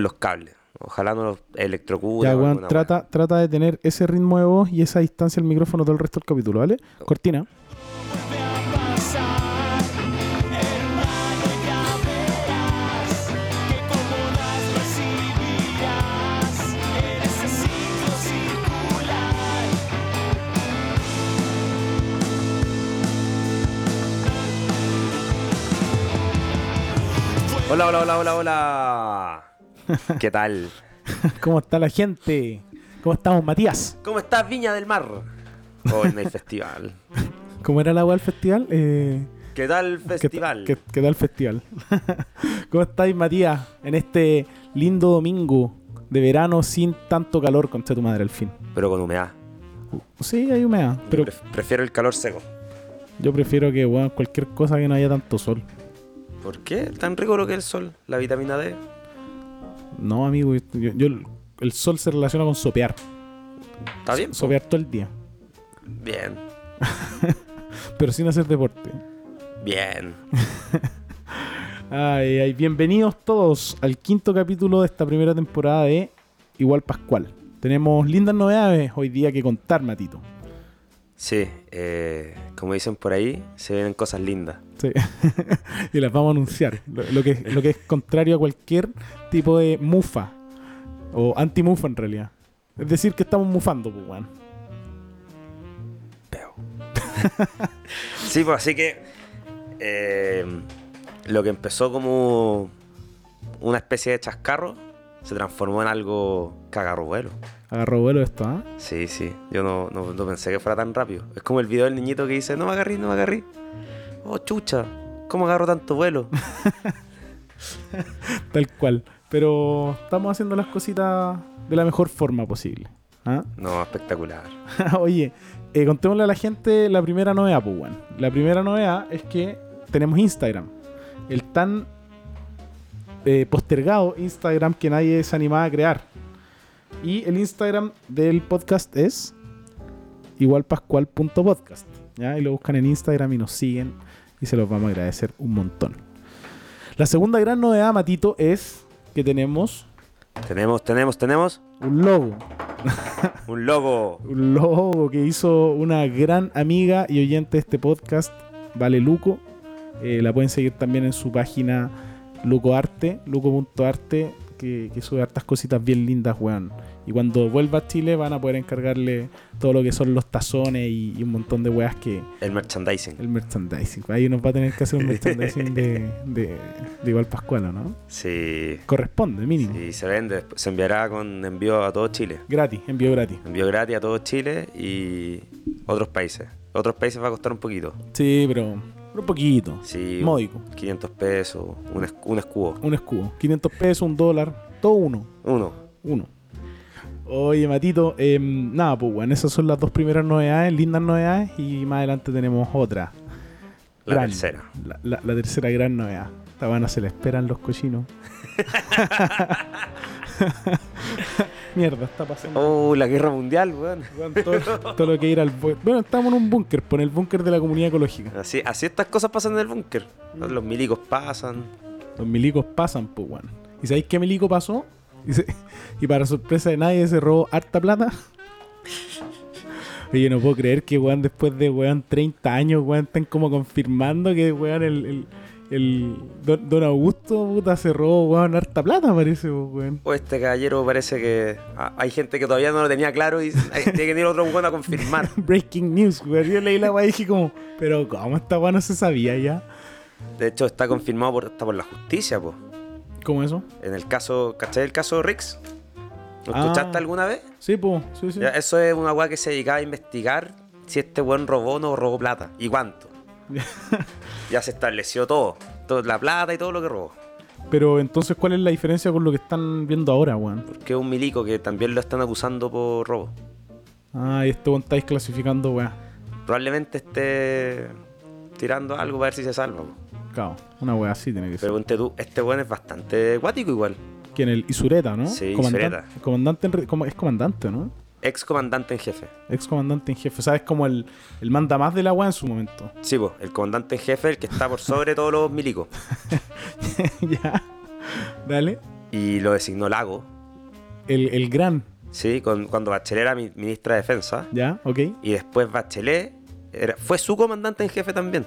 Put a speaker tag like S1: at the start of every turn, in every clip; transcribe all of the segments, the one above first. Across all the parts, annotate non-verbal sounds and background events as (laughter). S1: los cables. Ojalá no los electrocuten.
S2: Ya,
S1: o
S2: weón,
S1: alguna
S2: trata, trata de tener ese ritmo de voz y esa distancia al micrófono todo el resto del capítulo, ¿vale? Cortina. (laughs)
S1: wea. Hola, hola, hola, hola,
S2: (laughs)
S1: hola. ¿Qué tal?
S2: ¿Cómo está la gente? ¿Cómo estamos, Matías?
S1: ¿Cómo estás, Viña del Mar? Hoy en el festival.
S2: ¿Cómo era la web del festival? Eh,
S1: ¿Qué tal
S2: ¿qué
S1: festival?
S2: ta- ¿Qué, qué tal el festival? (laughs) ¿Cómo estáis, Matías? En este lindo domingo de verano sin tanto calor, concha tu madre, al fin.
S1: Pero con humedad.
S2: Sí, hay humedad, pero
S1: Pref- Prefiero el calor seco.
S2: yo prefiero que, weón, cualquier cosa que no haya tanto sol.
S1: ¿Por qué? Tan rico lo que es el sol, la vitamina D.
S2: No, amigo, yo, yo- el sol se relaciona con sopear.
S1: ¿Está bien?
S2: Sopear todo el día,
S1: Bien,
S2: pero sin hacer deporte.
S1: bien.
S2: Ay, ay, bienvenidos todos al quinto capítulo de esta primera temporada de Igual Pascual. Tenemos lindas novedades hoy día que contar, Matito.
S1: Sí, eh, como dicen por ahí, se vienen cosas lindas.
S2: Sí. (laughs) y las vamos a anunciar. Lo, lo que, lo que es contrario a cualquier tipo de mufa. O anti-mufa en realidad. Es decir, que estamos mufando, pues, weón.
S1: Peo. (laughs) sí, pues así que eh, lo que empezó como una especie de chascarro se transformó en algo cagarruelo.
S2: Agarró vuelo esto, ¿ah?
S1: Sí, sí, yo no, no- no pensé que fuera tan rápido. Es como el video del niñito que dice, no me agarrí, no me agarrí. Oh, chucha, ¿cómo agarro tanto vuelo?
S2: Tal cual. Pero estamos haciendo las cositas de la mejor forma posible. ¿Ah?
S1: No, espectacular.
S2: (laughs) Oye, eh, contémosle a la gente la primera novedad, pues, weón. La primera novedad es que tenemos Instagram. El tan eh, postergado Instagram que nadie se animaba a crear. Y el Instagram del podcast es igualpascual.podcast. ¿ya? Y lo buscan en Instagram y nos siguen y se los vamos a agradecer un montón. La segunda gran novedad, Matito, es que tenemos
S1: Tenemos, tenemos, tenemos
S2: un logo.
S1: un logo.
S2: un logo que hizo una gran amiga y oyente de este podcast, Vale Luco. Eh, la pueden seguir también en su página Lucoarte, luco.arte, que, que sube hartas cositas bien lindas, weón. Y cuando vuelva a Chile van a poder encargarle todo lo que son los tazones y, y un montón de weas que...
S1: El merchandising.
S2: El merchandising. Ahí nos va a tener que hacer un merchandising de, de, de igual Pascual, ¿o ¿no?
S1: Sí.
S2: Corresponde, mínimo.
S1: Y se vende, después se enviará con envío a todo Chile.
S2: Gratis, envío gratis.
S1: Envío gratis a todo Chile y otros países. Otros países va a costar un poquito.
S2: Sí, pero, pero un poquito.
S1: Sí,
S2: Módico.
S1: 500 pesos, un, es- un escudo.
S2: un escudo. 500 pesos, un dólar, todo uno.
S1: Uno.
S2: Uno. Oye, Matito, em, nada, pues bueno, esas son las dos primeras novedades, lindas novedades, y más adelante tenemos otra.
S1: La
S2: Gran.
S1: tercera.
S2: La, la- la tercera gran novedad. Esta van se le esperan los cochinos. (laughs) Mierda, está pasando.
S1: Oh, la guerra mundial, weón.
S2: Weón, Todo, todo lo que ir al. bu- Bueno, estamos en un búnker, por el búnker de la comunidad ecológica.
S1: Así, así estas cosas pasan en el búnker. Los milicos pasan.
S2: Los milicos pasan, pues, weón. ¿Y sabéis qué milico pasó? Y, se- y para sorpresa de nadie se robó harta plata. (laughs) Oye, no puedo creer que, weón, después de, weón, 30 años, weón, están como confirmando que, weón, el, el, el don, don Augusto, puta, se robó, weón, harta plata, parece, pues, weón. (laughs)
S1: O este caballero parece que ah, hay gente que todavía no lo tenía claro y (laughs) ay, tiene que venir otro weón a confirmar.
S2: Breaking news, weón. Yo leí la weá y dije como, pero ¿cómo esta weá no se sabía ya?
S1: De hecho, está confirmado por, hasta por la justicia, po.
S2: ¿Cómo eso?
S1: En el caso, ¿cachai? El caso Rix. ¿Lo
S2: Ah.
S1: escuchaste alguna vez?
S2: Sí, pues, sí, sí.
S1: Ya, Eso es una weá que se dedicaba a investigar si este weón robó o no robó plata. ¿Y cuánto? ya se estableció todo. todo. La plata y todo lo que robó.
S2: Pero entonces, ¿cuál es la diferencia con lo que están viendo ahora, weón?
S1: Porque es un milico que también lo están acusando por robo.
S2: Ah, y esto weón, estáis clasificando, weá.
S1: Probablemente esté tirando algo para ver si se salva. po.
S2: Claro, una weá así tiene que ser.
S1: Pero ponte tú, este weón es bastante acuático igual.
S2: Que en el Isureta, ¿no?
S1: Sí,
S2: Comandante-
S1: Isureta.
S2: Comandante en re- como- es comandante, ¿no?
S1: Ex comandante en jefe.
S2: Ex comandante en jefe. O sea, es como el, el manda más de la weá en su momento. (laughs)
S1: Sí, po, el comandante en jefe, el que está por sobre todos los milicos.
S2: ya. Dale.
S1: y lo designó Lago,
S2: El, el gran,
S1: ¿sí? Con- cuando Bachelet era mi- ministra de Defensa.
S2: ¿ya? ¿Ok?
S1: Y después Bachelet era- fue su comandante en jefe también.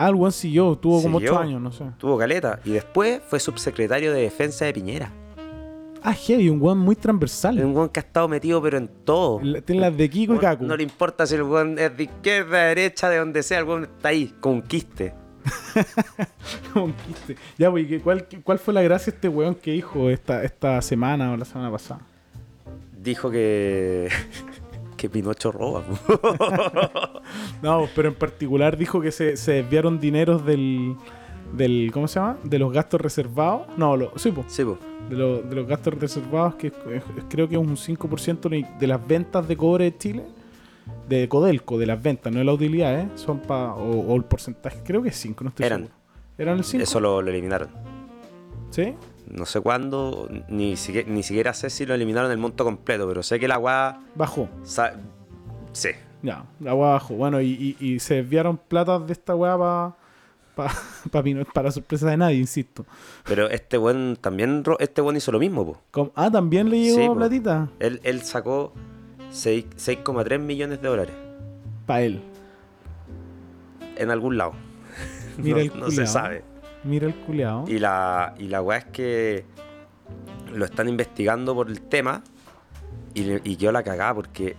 S2: Ah, el buen siguió, tuvo como
S1: Siguió.
S2: 8 años, no sé.
S1: Tuvo caleta. Y después fue subsecretario de Defensa de Piñera.
S2: Ah, heavy, un weón muy transversal.
S1: Es un weón que ha estado metido, pero en todo.
S2: La- Tiene las de Kiko y
S1: Weón,
S2: Kaku. (laughs)
S1: No le importa si el weón es de izquierda, derecha, de donde sea, el weón está ahí, conquiste.
S2: Conquiste. Ya, güey, ¿qué- ¿cuál, qué- ¿cuál fue la gracia de este weón que dijo esta, esta semana o la semana pasada?
S1: Dijo que. (laughs) que Pinocho roba. po. (laughs)
S2: No, pero en particular dijo que se, se desviaron dineros del, del. ¿Cómo se llama? De los gastos reservados. No, lo, sí, po,
S1: sí, po.
S2: de, lo- de los gastos reservados, que es- es- creo que es un 5% ni- de las ventas de cobre de Chile. De Codelco, de las ventas, no de las utilidades, son para. O, o el porcentaje, creo que es 5, no estoy
S1: Eran.
S2: seguro. Eran el 5.
S1: Eso lo, lo eliminaron.
S2: ¿Sí?
S1: No sé cuándo, ni siquiera, ni siquiera sé si lo eliminaron el monto completo, pero sé que la weá.
S2: Bajó.
S1: sa- Sí.
S2: Ya, agua abajo. Bueno, y, y- y se desviaron platas de esta weá pa- pa- pa Pino- para sorpresa de nadie, insisto.
S1: Pero este buen también ro- este buen hizo lo mismo, po.
S2: Com- ah, también le llegó
S1: Sí, po.
S2: platita.
S1: Él, él sacó seis- 6,3 millones de dólares
S2: Para él.
S1: en algún
S2: (laughs)
S1: lado.
S2: Mira
S1: no,
S2: el
S1: no se
S2: culiao.
S1: sabe.
S2: Mira el culeado.
S1: Y la, y la weá es que lo están investigando por el tema y, le- y quedó la cagada porque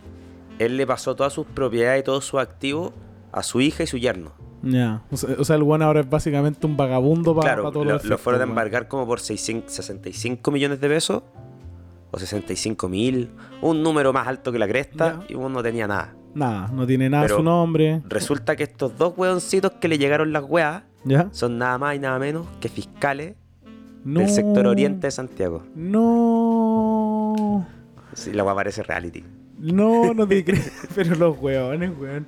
S1: él le pasó todas sus propiedades y todos sus activos a su hija y su yerno.
S2: Ya. O sea, o sea, el weón ahora es básicamente un vagabundo para
S1: claro,
S2: todos
S1: lo,
S2: los
S1: lo fueron a
S2: efectos, weón.
S1: embargar como por 600 65 millones de pesos o 65 mil, un número más alto que la cresta
S2: Ya.
S1: y uno no tenía nada.
S2: Nada, no tiene nada
S1: Pero-
S2: su nombre.
S1: Resulta que estos dos weoncitos que le llegaron las weas
S2: ¿Ya?
S1: son nada más y nada menos que fiscales
S2: No.
S1: del sector oriente de Santiago.
S2: No.
S1: Sí, la wea parece reality.
S2: No, no te creo. (laughs) Pero los weones, weón.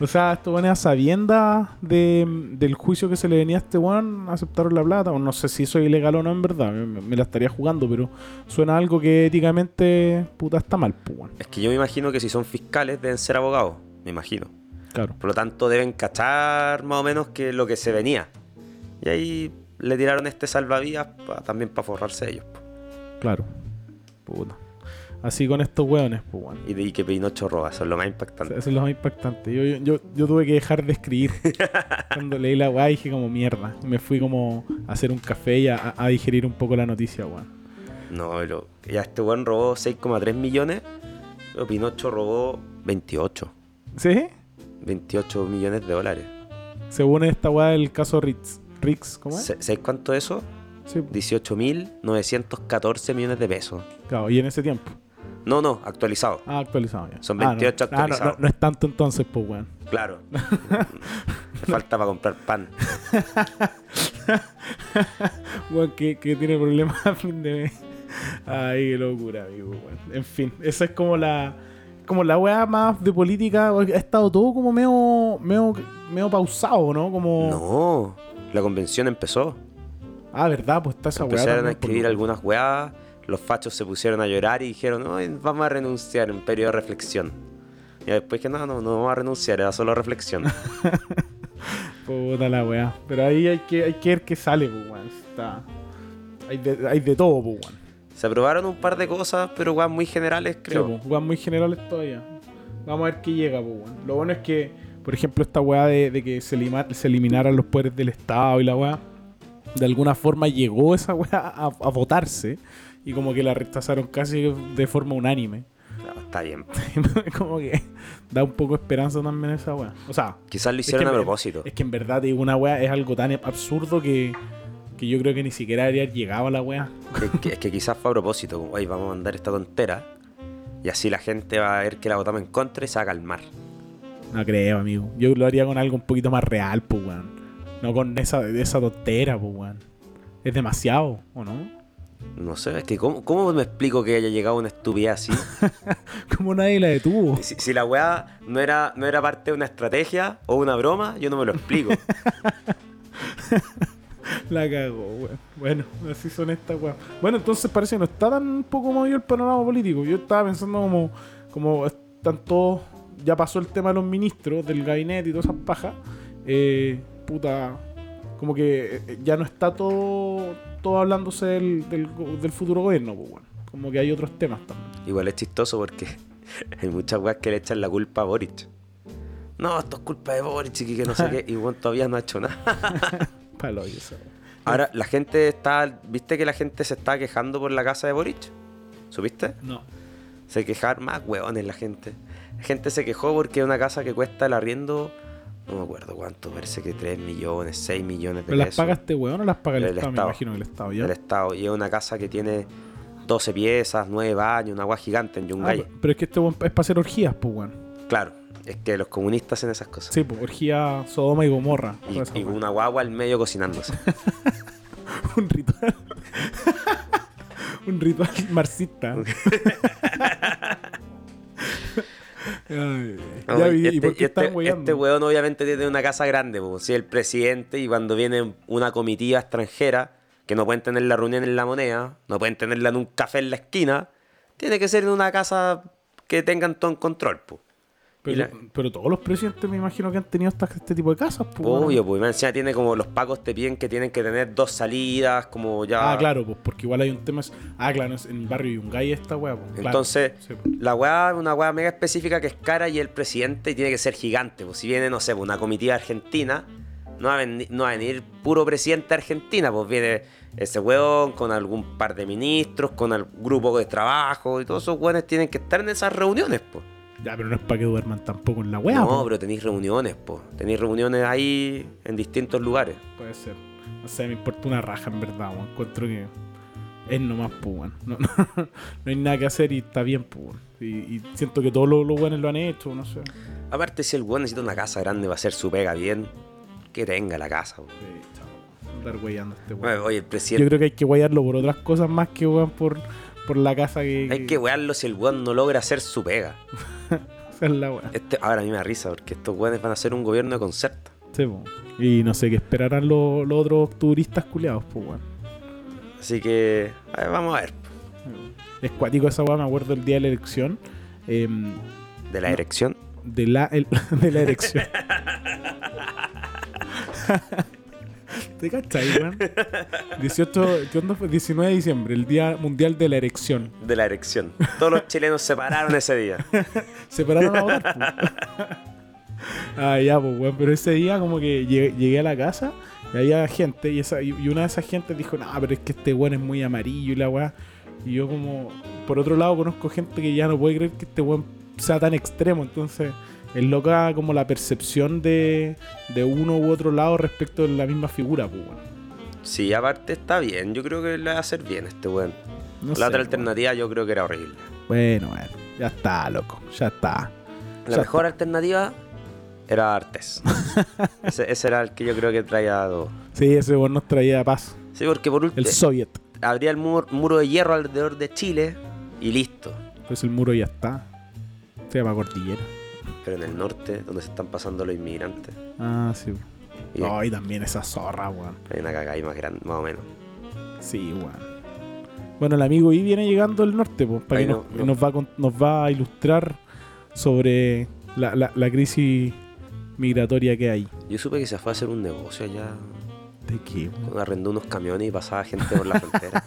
S2: O sea, estos weones a sabiendas de, del juicio que se le venía a este weón, aceptaron la plata. O no sé si eso es ilegal o no, en verdad. Me, me la estaría jugando, pero suena algo que éticamente, puta, está mal, pues, weón.
S1: Es que yo me imagino que si son fiscales deben ser abogados, me imagino.
S2: Claro.
S1: Por lo tanto deben cachar más o menos que lo que se venía. Y ahí le tiraron este salvavidas pa- también para forrarse ellos. po.
S2: Claro. Puta. Así con estos weones, pues, weón.
S1: Y, de- y que Pinocho roba, eso es lo más
S2: O sea,
S1: impactante.
S2: Eso es lo más impactante. Yo, yo, yo- yo tuve que dejar de escribir.
S1: (laughs)
S2: Cuando leí la weá dije como mierda. Me fui como a hacer un café y a, a digerir un poco la noticia, weón.
S1: No, lo- ya este buen robó 6,3 millones, pero Pinocho robó 28.
S2: ¿Sí?
S1: 28 millones de dólares.
S2: Según esta weá del caso Ritz. Rix, ¿cómo es?
S1: Se- ¿Sabes cuánto eso?
S2: Sí.
S1: 18.914 millones de pesos.
S2: Claro, y en ese tiempo.
S1: No, no, actualizado.
S2: Ah, actualizado ya.
S1: Son
S2: Ah, no.
S1: 28
S2: Ah, no, no,
S1: actualizados.
S2: no es tanto entonces, pues, weón. (laughs)
S1: Claro. Me falta para comprar pan.
S2: Weón, que, que tiene problemas (laughs) a fin de mes. Ay, qué locura, amigo, weón. En fin, esa es como la. Como la weá más de política. Ha estado todo como medio. medio, medio pausado, ¿no? Como.
S1: No, la convención empezó.
S2: Ah, verdad, pues está esa weá.
S1: Empezaron a
S2: también,
S1: escribir
S2: por-
S1: algunas weas. Los fachos se pusieron a llorar y dijeron, "Ay, vamos a renunciar, un periodo de reflexión. Y después que no, no, no vamos a renunciar, era solo
S2: (laughs)
S1: reflexión.
S2: Puta la weá. Pero ahí hay que, hay que ver qué sale, pues, weón. Está. Hay de, hay de todo, pues, weón.
S1: se aprobaron un par de cosas, pero weas muy generales, creo.
S2: Sí, po, weas muy generales todavía. Vamos a ver qué llega, po, weón. Lo bueno es que, por ejemplo, esta weá de, de que se, elima- se eliminaran los poderes del Estado y la weá, de alguna forma llegó esa weá a, a votarse y como que la rechazaron casi de forma unánime. (laughs)
S1: No, Ah, está bien.
S2: como que da un poco de esperanza también esa weá. O sea,
S1: Quizás lo
S2: Es
S1: hicieron
S2: que
S1: a
S2: me-
S1: propósito.
S2: es que en verdad, te digo, una weá es algo tan absurdo que, que yo creo que ni siquiera habría llegado a la weá.
S1: Es que, es que quizás fue a propósito, como, "Ay, vamos a mandar esta tontera. Y así la gente va a ver que la votamos en contra y se va a calmar.
S2: No creo, amigo. Yo lo haría con algo un poquito más real, pues, weón. No con esa, esa tontera, pues, weón. Es demasiado, ¿o no? (laughs)
S1: No sé, es que ¿cómo, cómo me explico que haya llegado una estupidez así?
S2: Como nadie la detuvo.
S1: Si, si la weá no era, no era parte de una estrategia o una broma, yo no me lo explico.
S2: (laughs) La cagó, weón. Bueno, así son estas, weón. Bueno, entonces parece que no está tan un poco movido el panorama político. Yo estaba pensando como, como están todos. Ya pasó el tema de los ministros, del gabinete y todas esas eh, pajas. Eh, puta. Como que eh, ya no está todo todos hablándose del, del, go- del futuro gobierno, pues, weón. Como que hay otros temas también.
S1: Igual es chistoso porque (laughs) hay muchas weas que le echan la culpa a Boric. No, esto es culpa de Boric y que no sé qué. Y bueno, todavía no ha hecho nada.
S2: Palo y eso.
S1: Ahora, la gente está. ¿Viste que la gente se está quejando por la casa de Boric? ¿Supiste?
S2: No.
S1: Se quejaron más hueones la gente. La gente se quejó porque es una casa que cuesta el arriendo. No me acuerdo cuánto, parece que 3 millones, 6 millones de
S2: ¿Pero las
S1: pesos.
S2: paga este weón o las paga el,
S1: El
S2: Estado?
S1: Estado.
S2: Me imagino que el Estado, ¿ya?
S1: del Estado. Y es una casa que tiene 12 piezas, 9 baños, una agua gigante en
S2: Ah,
S1: Yungay.
S2: pero- pero es que este weón es para hacer orgías, pues, weón.
S1: Claro, es que los comunistas hacen esas cosas.
S2: Sí, pues, orgía Sodoma y Gomorra.
S1: Y-
S2: toda esa
S1: y,
S2: weá.
S1: una guagua al medio cocinándose.
S2: (laughs) un ritual. (laughs) un ritual
S1: (laughs)
S2: marxista. Ay,
S1: No,
S2: ya,
S1: y
S2: ¿y- ¿Y
S1: este,
S2: por
S1: y este-
S2: qué están weyando?
S1: este weón obviamente tiene una casa grande, po. si el presidente y cuando viene una comitiva extranjera, que no pueden tener la reunión en la moneda, no pueden tenerla en un café en la esquina, tiene que ser en una casa que tengan todo en control. po.
S2: pero,
S1: y la-
S2: pero todos los presidentes me imagino que han tenido esta- este tipo de casas. pues, weón.
S1: Obvio, pues encima tiene como los pacos te piden que tienen que tener dos salidas, como ya...
S2: Ah, claro, pues porque igual hay un tema. es- Ah, claro, es en el barrio Yungay esta weá. pues, claro.
S1: Entonces,
S2: Sí, pues.
S1: la weá es una weá mega específica que es cara y el presidente tiene que ser gigante. Pues si viene, no sé, pues, una comitiva argentina, no va, a veni- no va a venir puro presidente de argentina, pues viene ese weón con algún par de ministros, con el grupo de trabajo y todos esos weones tienen que estar en esas reuniones, pues.
S2: Ya, pero no es para que duerman tampoco en la weá.
S1: no,
S2: pues.
S1: pero tenéis reuniones, pues. Tenéis reuniones ahí en distintos lugares.
S2: Puede ser. No sé, me importa una raja en verdad, weón. Encuentro que es nomás, pues, weón. No, (laughs) no, no hay nada que hacer y está bien, pues, weón. Y, y siento que todos los, los weones lo han hecho, no sé.
S1: Aparte, si el weón necesita una casa grande va a hacer su pega bien, que tenga la casa, pues.
S2: Sí, chao. Andar weyando a este weón.
S1: Oye, el
S2: Yo
S1: presidente.
S2: creo que hay que weyarlo por otras cosas más que, weón, por, por la casa que.
S1: Hay que wearlo si el weón no logra hacer su pega.
S2: esa es la weá.
S1: Este, ahora a mí me da risa porque estos weones van a hacer un gobierno de concerto.
S2: Sí, po. Y no sé qué esperarán los, los otros turistas culiados, pues, weón.
S1: Así que a ver, vamos a ver.
S2: Es cuático esa weá, me acuerdo el día de la elección. em,
S1: De la erección.
S2: de la, el- (laughs) de la erección. ¿Te cachai, weón? 18, ¿qué onda fue? 19 de diciembre, el Día Mundial de la Erección.
S1: De la erección. Todos los chilenos se pararon ese día.
S2: Se pararon a votar, po. Ah, ya, pues, weón. Pero ese día, como que llegué, llegué a la casa y había gente, y, esa, y y una de esas gente dijo, no, pero es que este weón es muy amarillo y la weá. Y yo, como, por otro lado, conozco gente que ya no puede creer que este weón sea tan extremo, entonces. Es loca como la percepción de, de uno u otro lado respecto de la misma figura, pues, weón.
S1: Sí, aparte está bien. Yo creo que le va a hacer bien a este weón.
S2: No
S1: la
S2: sé,
S1: otra
S2: weón.
S1: alternativa yo creo que era horrible.
S2: Bueno, bueno. Ya está, loco. Ya está.
S1: La
S2: sea,
S1: mejor alternativa era
S2: (laughs)
S1: Artes. ese, ese era el que yo creo que traía todo.
S2: Sí, ese weón nos traía paz.
S1: Sí, porque por
S2: El
S1: último
S2: Soviet.
S1: habría el mur- muro de hierro alrededor de Chile y listo.
S2: Pues el muro ya está. Se llama cordillera.
S1: Pero en el norte, donde se están pasando los inmigrantes.
S2: Ah, sí.
S1: Y
S2: Ay, también esa zorra, weón.
S1: Hay una cagada ahí más grande, más o menos.
S2: Sí, weón. Bueno, el amigo I viene llegando del norte, pues, para
S1: Ahí
S2: que nos,
S1: no- no.
S2: nos va a, con- nos va a ilustrar sobre la, la- la crisis migratoria que hay.
S1: Yo supe que se fue a hacer un negocio allá.
S2: ¿De qué, weón? (laughs)
S1: Arrendó unos camiones y pasaba gente por la frontera.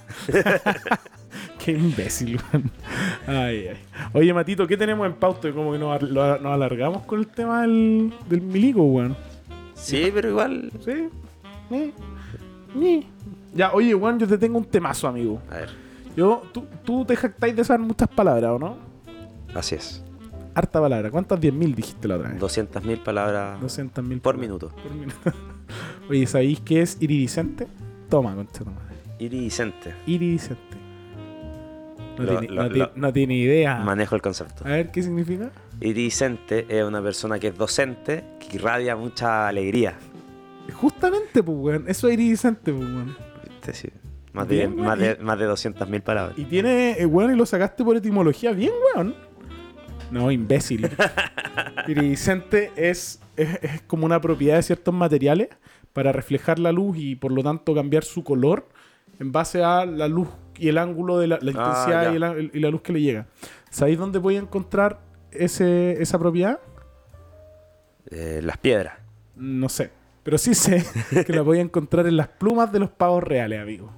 S2: Qué imbécil, weón. Ay, ay. Oye, Matito, ¿qué tenemos en pauta? Como que nos, ar- lo- nos alargamos con el tema del, del milico, weón.
S1: sí, pero igual.
S2: ¿Sí? Ni. Ni. Ya, oye, weón, yo te tengo un temazo, amigo.
S1: A ver,
S2: Yo, tú, tú te jactáis de saber muchas palabras, ¿o no?
S1: así es.
S2: Harta palabra. ¿Cuántas 10.000 dijiste la otra vez?
S1: 200.000 palabras
S2: 200.000
S1: por
S2: palabras.
S1: minuto.
S2: Por minuto. (laughs) Oye, ¿sabéis qué es iridicente? Toma, concha tu madre.
S1: Iridicente.
S2: Iridicente. No,
S1: Lo-
S2: tiene,
S1: lo-
S2: no ti-
S1: lo-
S2: no tiene idea.
S1: Manejo el concepto.
S2: A ver, ¿qué significa?
S1: Iridicente es una persona que es docente, que irradia mucha alegría.
S2: Justamente, pues, weón. Eso es iridicente, pues, weón.
S1: Este sí. Más de,
S2: Bien,
S1: más
S2: güey.
S1: de, más de 200.000 palabras.
S2: Y tiene, eh, weón, y lo sacaste por etimología. Bien, weón.
S1: (laughs)
S2: No, imbécil. Iridiscente es, es, es como una propiedad de ciertos materiales para reflejar la luz y por lo tanto cambiar su color en base a la luz y el ángulo de la, la
S1: Ah,
S2: intensidad
S1: ya.
S2: y, el- y la luz que le llega. ¿Sabéis dónde voy a encontrar ese, esa propiedad?
S1: Eh, las piedras. (laughs)
S2: No sé. Pero sí sé que la voy a encontrar en las plumas de los pavos reales, amigo.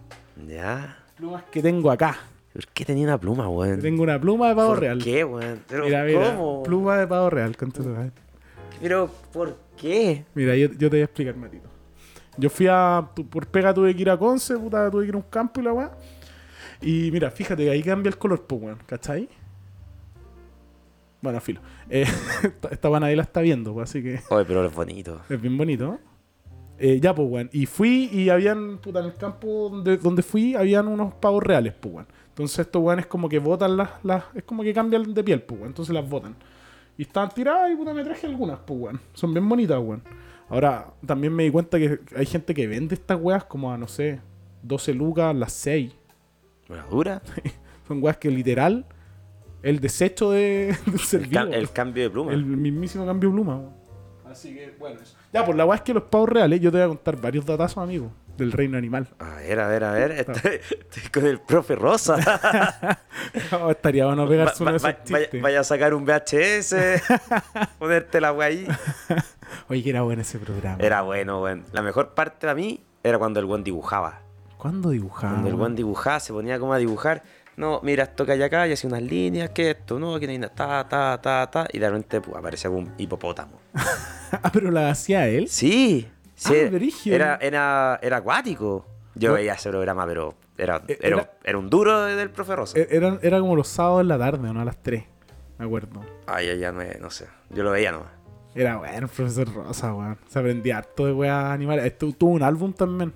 S1: Ya.
S2: Plumas que tengo acá.
S1: ¿Por qué tenía una pluma, weón?
S2: Tengo una pluma de pavo
S1: ¿Por
S2: real.
S1: qué, weón? Pero,
S2: Mira, mira.
S1: ¿cómo?
S2: Pluma de pavo real. con tu-
S1: Pero, ¿por qué?
S2: Mira, yo, yo te voy a explicar, Matito. Yo fui a. tu- Por pega tuve que ir a Conce, puta, tuve que ir a un campo y la weá. Y mira, fíjate que ahí cambia el color, pues, weón. ¿Cachai? Bueno, filo. Eh, (laughs) esta- esta weá nadie la está viendo, pues, así que.
S1: Oye, pero es bonito.
S2: Es bien bonito. Eh, ya, pues, weón. Y fui y habían, puta, en el campo donde, donde fui, habían unos pavos reales, pues, weón. Entonces estos weones como que botan las, las... Es como que cambian de piel, pues, weón. Entonces las botan. Y estaban tiradas y, puta, me traje algunas, pues, weón. Son bien bonitas, weón. Ahora, también me di cuenta que hay gente que vende estas weas como a, no sé, 12 lucas, las 6.
S1: ¿Una dura?
S2: Son weas que literal, el desecho de, (laughs) del ser
S1: El, ca-
S2: vivo,
S1: el cambio de pluma.
S2: el mismísimo cambio de pluma. weón. Así que, bueno, eso. Ya, pues la weá es que los pavos reales, yo te voy a contar varios datazos, amigo, del reino animal. (laughs)
S1: A ver, a ver, a ver. Estoy, estoy con el profe
S2: (laughs)
S1: Rosa.
S2: Oh, estaría bueno
S1: Va-
S2: pegarse
S1: va-
S2: uno de esos
S1: va- vaya,
S2: chistes.
S1: vaya a sacar un
S2: (laughs)
S1: VHS. ponerte la wea ahí.
S2: Ah. Oye, que era bueno ese programa.
S1: Era bueno, weón. La mejor parte para mí era cuando el weón dibujaba.
S2: ¿Cuándo dibujaba?
S1: Cuando el
S2: weón?
S1: buen dibujaba, se ponía como a dibujar. No, mira, esto que hay acá, y hacía unas líneas, que esto, no, que no hay nada, ta, ta, ta, ta. Y de repente pu, aparecía un hipopótamo.
S2: (laughs) ah, pero la hacía él.
S1: Sí, sí.
S2: Ah, brígido.
S1: era, era, era acuático. Yo veía ese programa, pero era,
S2: Eh,
S1: era,
S2: era-
S1: era un duro del profe Rosa.
S2: E- Era, era como los sábados en la tarde, ¿no? A las 3. Me acuerdo.
S1: Ay, ay, ya no, no sé. Yo lo veía nomás.
S2: Era bueno, el profesor Rosa, weón. Se aprendía harto de weas animales. Estu- tuvo un álbum también.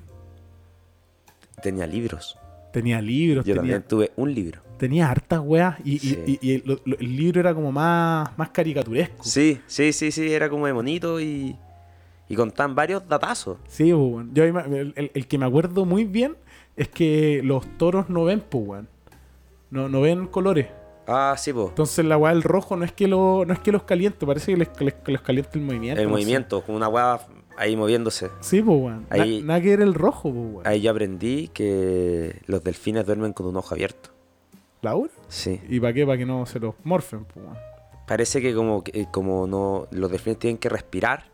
S1: Tenía libros.
S2: Tenía libros,
S1: Yo
S2: tenía,
S1: también tuve un libro.
S2: tenía hartas weas. Y, y-
S1: Sí.
S2: y- y el, lo- lo- el libro era como más, más caricaturesco.
S1: Sí, sí, sí, sí. Era como de monito y, y contaban varios datazos.
S2: Sí, pues, weón. Yo ahí me- el, el- el que me acuerdo muy bien es que los toros no ven, pues, weón. No, no ven colores.
S1: Ah, sí, po.
S2: Entonces la weá del rojo no es que lo, no es que los caliente, parece que les, que les- que los caliente el movimiento.
S1: El
S2: no sé.
S1: movimiento, con una weá ahí moviéndose.
S2: Sí, pues, weón. Na-
S1: Ahí-
S2: Nada que era el rojo, pues, weón.
S1: Ahí yo aprendí que los delfines duermen con un ojo abierto.
S2: La hora.
S1: Sí.
S2: ¿Y para qué? Para que no se los morfen, pues, weón.
S1: Parece que como, que- eh, como no los delfines tienen que respirar,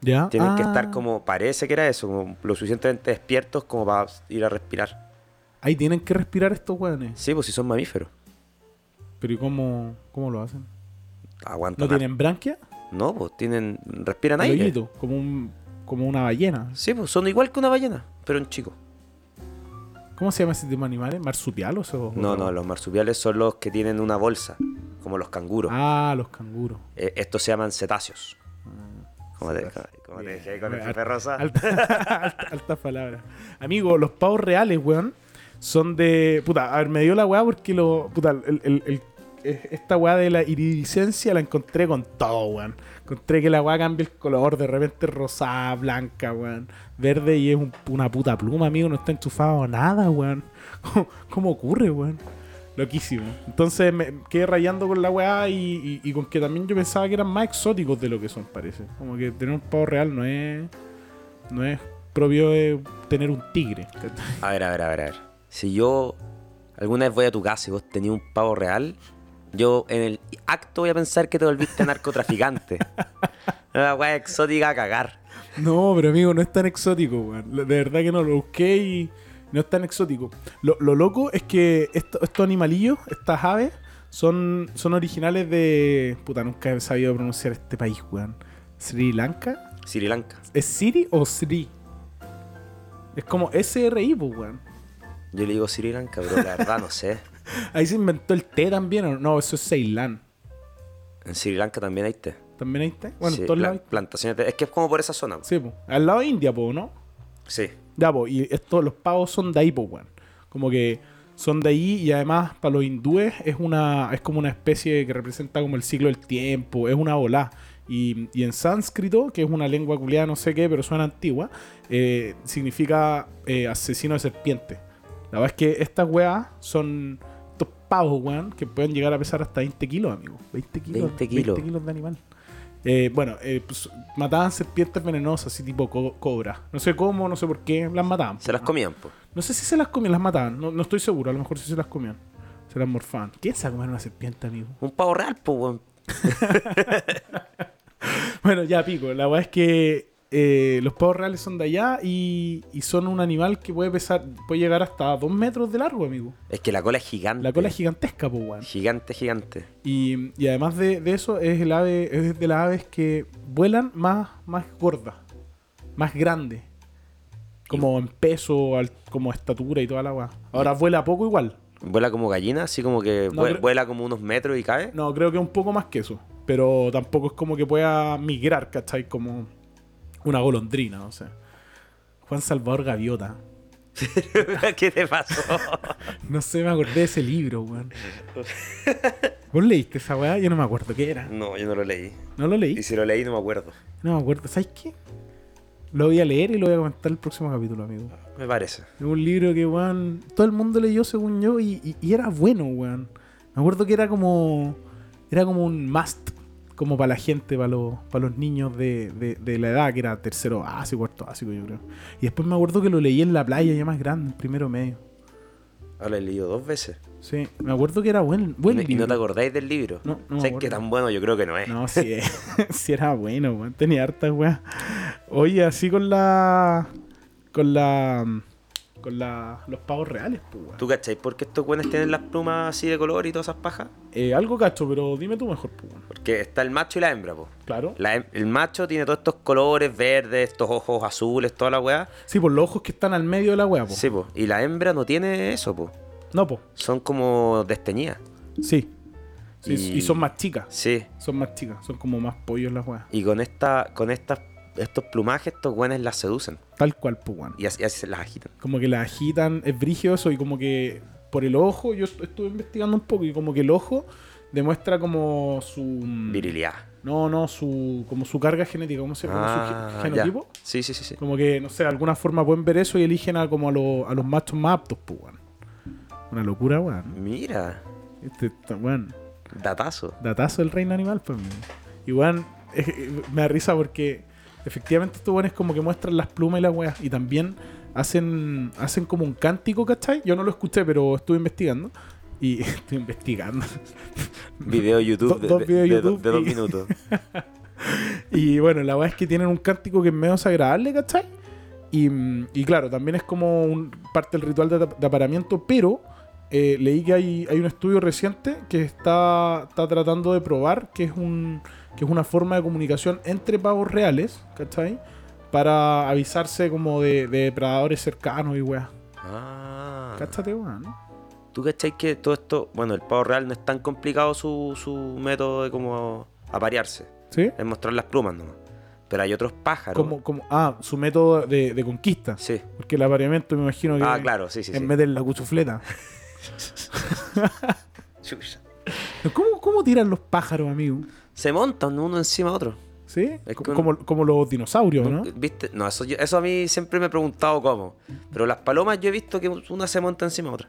S2: ¿Ya?
S1: tienen que
S2: Ah,
S1: estar como, parece que era eso, como lo suficientemente despiertos como para ir a respirar.
S2: Ahí tienen que respirar estos weones.
S1: Sí, pues si son mamíferos.
S2: Pero ¿y cómo, cómo lo hacen? ¿No
S1: Aguantan. ar-
S2: tienen branquia?
S1: No, pues tienen, respiran
S2: El
S1: aire.
S2: hoyito, como, un, como una ballena.
S1: Sí, pues son igual que una ballena, pero en chico.
S2: ¿Cómo se llama ese tipo de animales? ¿Marsupialos o
S1: No, no, los marsupiales son los que tienen una bolsa, como los canguros.
S2: Ah, los canguros.
S1: Eh, estos se llaman cetáceos. Como te,
S2: Mm, cetáceos.
S1: como te
S2: Bien.
S1: dije con el
S2: Alta-
S1: profe Rosa.
S2: (laughs) Alta, alta- altas palabras. Amigo, los pavos reales, weón, son de. Puta, a ver, me dio la weá porque lo. Puta, el- el- el- eh, esta weá de la iridiscencia la encontré con todo, weón. Encontré que la weá cambia el color, de repente es rosada, blanca, weón. Verde y es un- una puta pluma, amigo, no está enchufado a nada, weón. (laughs) ¿Cómo, cómo ocurre, weón? Loquísimo. Entonces me quedé rayando con la weá y, y- y con que también yo pensaba que eran más exóticos de lo que son, parece. Como que tener un pavo real no es no es propio de tener un tigre.
S1: A ver, a ver, a ver, a ver. Si yo alguna vez voy a tu casa y vos tenías un pavo real, yo en el acto voy a pensar que te volviste (laughs) narcotraficante. Una weá exótica a cagar.
S2: (laughs) No, pero amigo, no es tan exótico, weón. De verdad que no, lo busqué y no es tan exótico. Lo, lo loco es que esto- estos animalillos, estas aves, son, son originales de... Puta, nunca he sabido pronunciar este país, weón. Sri Lanka.
S1: Sri Lanka.
S2: ¿Es Siri o Sri? Es como SRI, pues, weón.
S1: Yo le digo Sri Lanka, pero la verdad no sé.
S2: Ahí se inventó el té también, ¿o no? Eso es Ceilán.
S1: En Sri Lanka también hay té.
S2: ¿También hay té? Bueno,
S1: Sí,
S2: en todos
S1: pla-
S2: lados hay-
S1: plantaciones de té. Es que es como por esa zona.
S2: Sí, pues. Al lado de India, pues, ¿no?
S1: Sí.
S2: Ya, po, y estos, los pavos son de ahí, po, weón. Como que son de ahí y además para los hindúes es una es como una especie que representa como el ciclo del tiempo, es una bola. Y, y en sánscrito, que es una lengua culiada no sé qué, pero suena antigua, eh, significa eh, asesino de serpiente. La verdad es que estas weas son estos pavos, weón, que pueden llegar a pesar hasta 20 kilos, amigo. 20 kilos.
S1: 20 kilos.
S2: 20 kilos de animal. Eh, bueno, eh, pues, mataban serpientes venenosas, así tipo co- cobra. No sé cómo, no sé por qué, las mataban.
S1: Se las comían, pues.
S2: No sé si se las comían, las mataban. No, no estoy seguro, a lo mejor sí se las comían. Se las morfaban. ¿Quién se va a comer una serpiente, amigo? (laughs)
S1: Un pavo real, pues, weón.
S2: Bueno, ya pico. La verdad es que eh, eh, los pavos reales son de allá y, y son un animal que puede pesar, puede llegar hasta 2 metros de largo, amigo.
S1: Es que la cola es gigante.
S2: La cola es gigantesca, pues, weón.
S1: Gigante, gigante.
S2: Y, y además de, de eso, es el ave, es de las aves que vuelan más, más gordas, más grandes. Como en peso, al- como estatura y toda la weá. Ahora vuela poco igual.
S1: Vuela como gallina, así como que
S2: No,
S1: vue-
S2: pero-
S1: vuela como unos metros y cae.
S2: No, creo que un poco más que eso. Pero tampoco es como que pueda migrar, ¿cachai? Como una golondrina, no sé. Juan Salvador Gaviota.
S1: (laughs) ¿Qué te pasó? (laughs)
S2: No sé, me acordé de ese libro, weón. ¿Vos leíste esa weá? Yo no me acuerdo qué era.
S1: no, yo no lo leí.
S2: ¿No lo
S1: Y
S2: leí?
S1: si lo leí no me acuerdo.
S2: No me acuerdo. ¿Sabes qué? Lo voy a leer y lo voy a comentar el próximo capítulo, amigo.
S1: Me parece.
S2: Es un libro que, weón, todo el mundo leyó según yo y, y- y era bueno, weón. Me acuerdo que era como. Era como un must, como para la gente, para los, para los niños de, de- de la edad, que era tercero básico, cuarto básico, yo creo. Y después me acuerdo que lo leí en la playa, ya más grande, en primero medio.
S1: Ah, lo he leído dos veces.
S2: Sí, me acuerdo que era buen,
S1: Y,
S2: buen
S1: no- y
S2: libro.
S1: no te acordáis del libro.
S2: No, no me
S1: ¿Sabes
S2: acuerdo.
S1: qué tan bueno yo creo que no es?
S2: No, sí, eh, (laughs) sí era bueno, weón. Tenía hartas weas. Oye, así con la. Con la. Con la, los pavos reales, pues, weón.
S1: ¿Tú cacháis por qué estos güenes tienen las plumas así de color y todas esas pajas?
S2: Eh, algo cacho, pero dime tú mejor, pues, weón.
S1: Porque está el macho y la hembra, po.
S2: Claro.
S1: La hem- el macho tiene todos estos colores verdes, estos ojos azules, toda la weá.
S2: Sí, por los ojos que están al medio de la wea, po.
S1: Sí, po. Y la hembra no tiene eso, po.
S2: No, po.
S1: Son como desteñidas.
S2: Sí. Sí,
S1: Y-
S2: y... son más chicas.
S1: Sí.
S2: Son más chicas. Son como más pollos las weas.
S1: Y con esta, con estas, estos plumajes, estos güenes las seducen.
S2: Tal cual, pues, weón.
S1: Y así, así se las agitan.
S2: Como que la agitan, es brígido eso, y como que por el ojo, yo est- estuve investigando un poco, y como que el ojo demuestra como su. mm,
S1: Virilidad.
S2: No, no, su como su carga genética, ¿cómo se llama?
S1: Ah,
S2: su
S1: ya.
S2: ge- genotipo.
S1: Sí, sí, sí, sí.
S2: Como que, no sé, de alguna forma pueden ver eso y eligen a como a, los- a los machos más aptos, pues, weón. Una locura, weón.
S1: Mira,
S2: Este, está- weón,
S1: datazo.
S2: (laughs) datazo del reino animal, pues. weón. Y weón, eh, eh, me da risa porque efectivamente estos weones como que muestran las plumas y las weas. Y también hacen, hacen como un cántico, ¿cachai? Yo no lo escuché, pero estuve investigando. Y (laughs) estoy investigando.
S1: Video YouTube
S2: Do-
S1: de,
S2: dos
S1: de- de-
S2: videos
S1: de
S2: YouTube
S1: dos
S2: y- (laughs)
S1: minutos.
S2: Y bueno, la verdad es que tienen un cántico que es medio desagradable, ¿cachai? Y, mm, y claro, también es como un- parte del ritual de, ata- de apareamiento, pero eh, leí que hay, hay un estudio reciente que está, está tratando de probar que es, un, que es una forma de comunicación entre pavos reales, ¿cachai? Para avisarse como de, de depredadores cercanos y weá.
S1: Ah.
S2: Cáchate, weá, ¿no?
S1: ¿Tú cacháis que todo esto, bueno, el pavo real no es tan complicado su, su método de como aparearse,
S2: ¿Sí?
S1: es mostrar las plumas nomás. Pero hay otros pájaros.
S2: Como, como, ah, su método de, de conquista.
S1: Sí.
S2: Porque el apareamiento me imagino que
S1: Ah, claro, sí, sí,
S2: es
S1: sí.
S2: meter la cuchufleta.
S1: Chucha.
S2: ¿Cómo, cómo tiran los pájaros, amigo?
S1: Se montan uno encima de otro.
S2: ¿Sí?
S1: Es
S2: Co-
S1: que-
S2: Como, como los dinosaurios, ¿no?
S1: ¿Viste? No, eh, eso, yo- eso a mí siempre me he preguntado cómo. Pero las palomas yo he visto que una se monta encima de otra.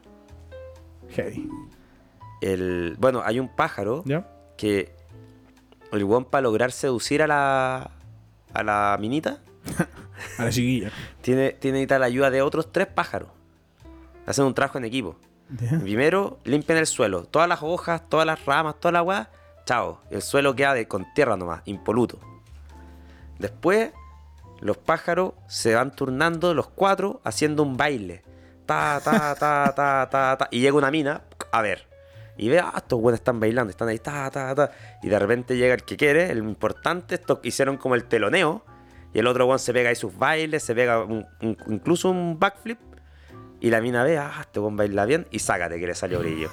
S2: Heavy.
S1: El, bueno, hay un pájaro
S2: ¿Ya?
S1: que el guan para lograr seducir a la, a la minita
S2: A la chiquilla.
S1: tiene, tiene necesita la ayuda de otros tres pájaros. Hacen un trabajo en equipo.
S2: ¿Ya?
S1: Primero, limpian el suelo. Todas las hojas, todas las ramas, toda la agua. Chao. El suelo queda de, con tierra nomás, impoluto. Después, los pájaros se van turnando, los cuatro, haciendo un baile. Ta, ta, ta, ta, ta, ta. Y llega una mina, a ver. Y ve, ah, estos buenos están bailando, están ahí, ta, ta, ta. Y de repente llega el que quiere, el importante, estos que hicieron como el teloneo. Y el otro weón se pega ahí sus bailes, se pega un- un- incluso un backflip. Y la mina ve, ah, este weón baila bien, y sácate que le salió
S2: (laughs)
S1: brillo.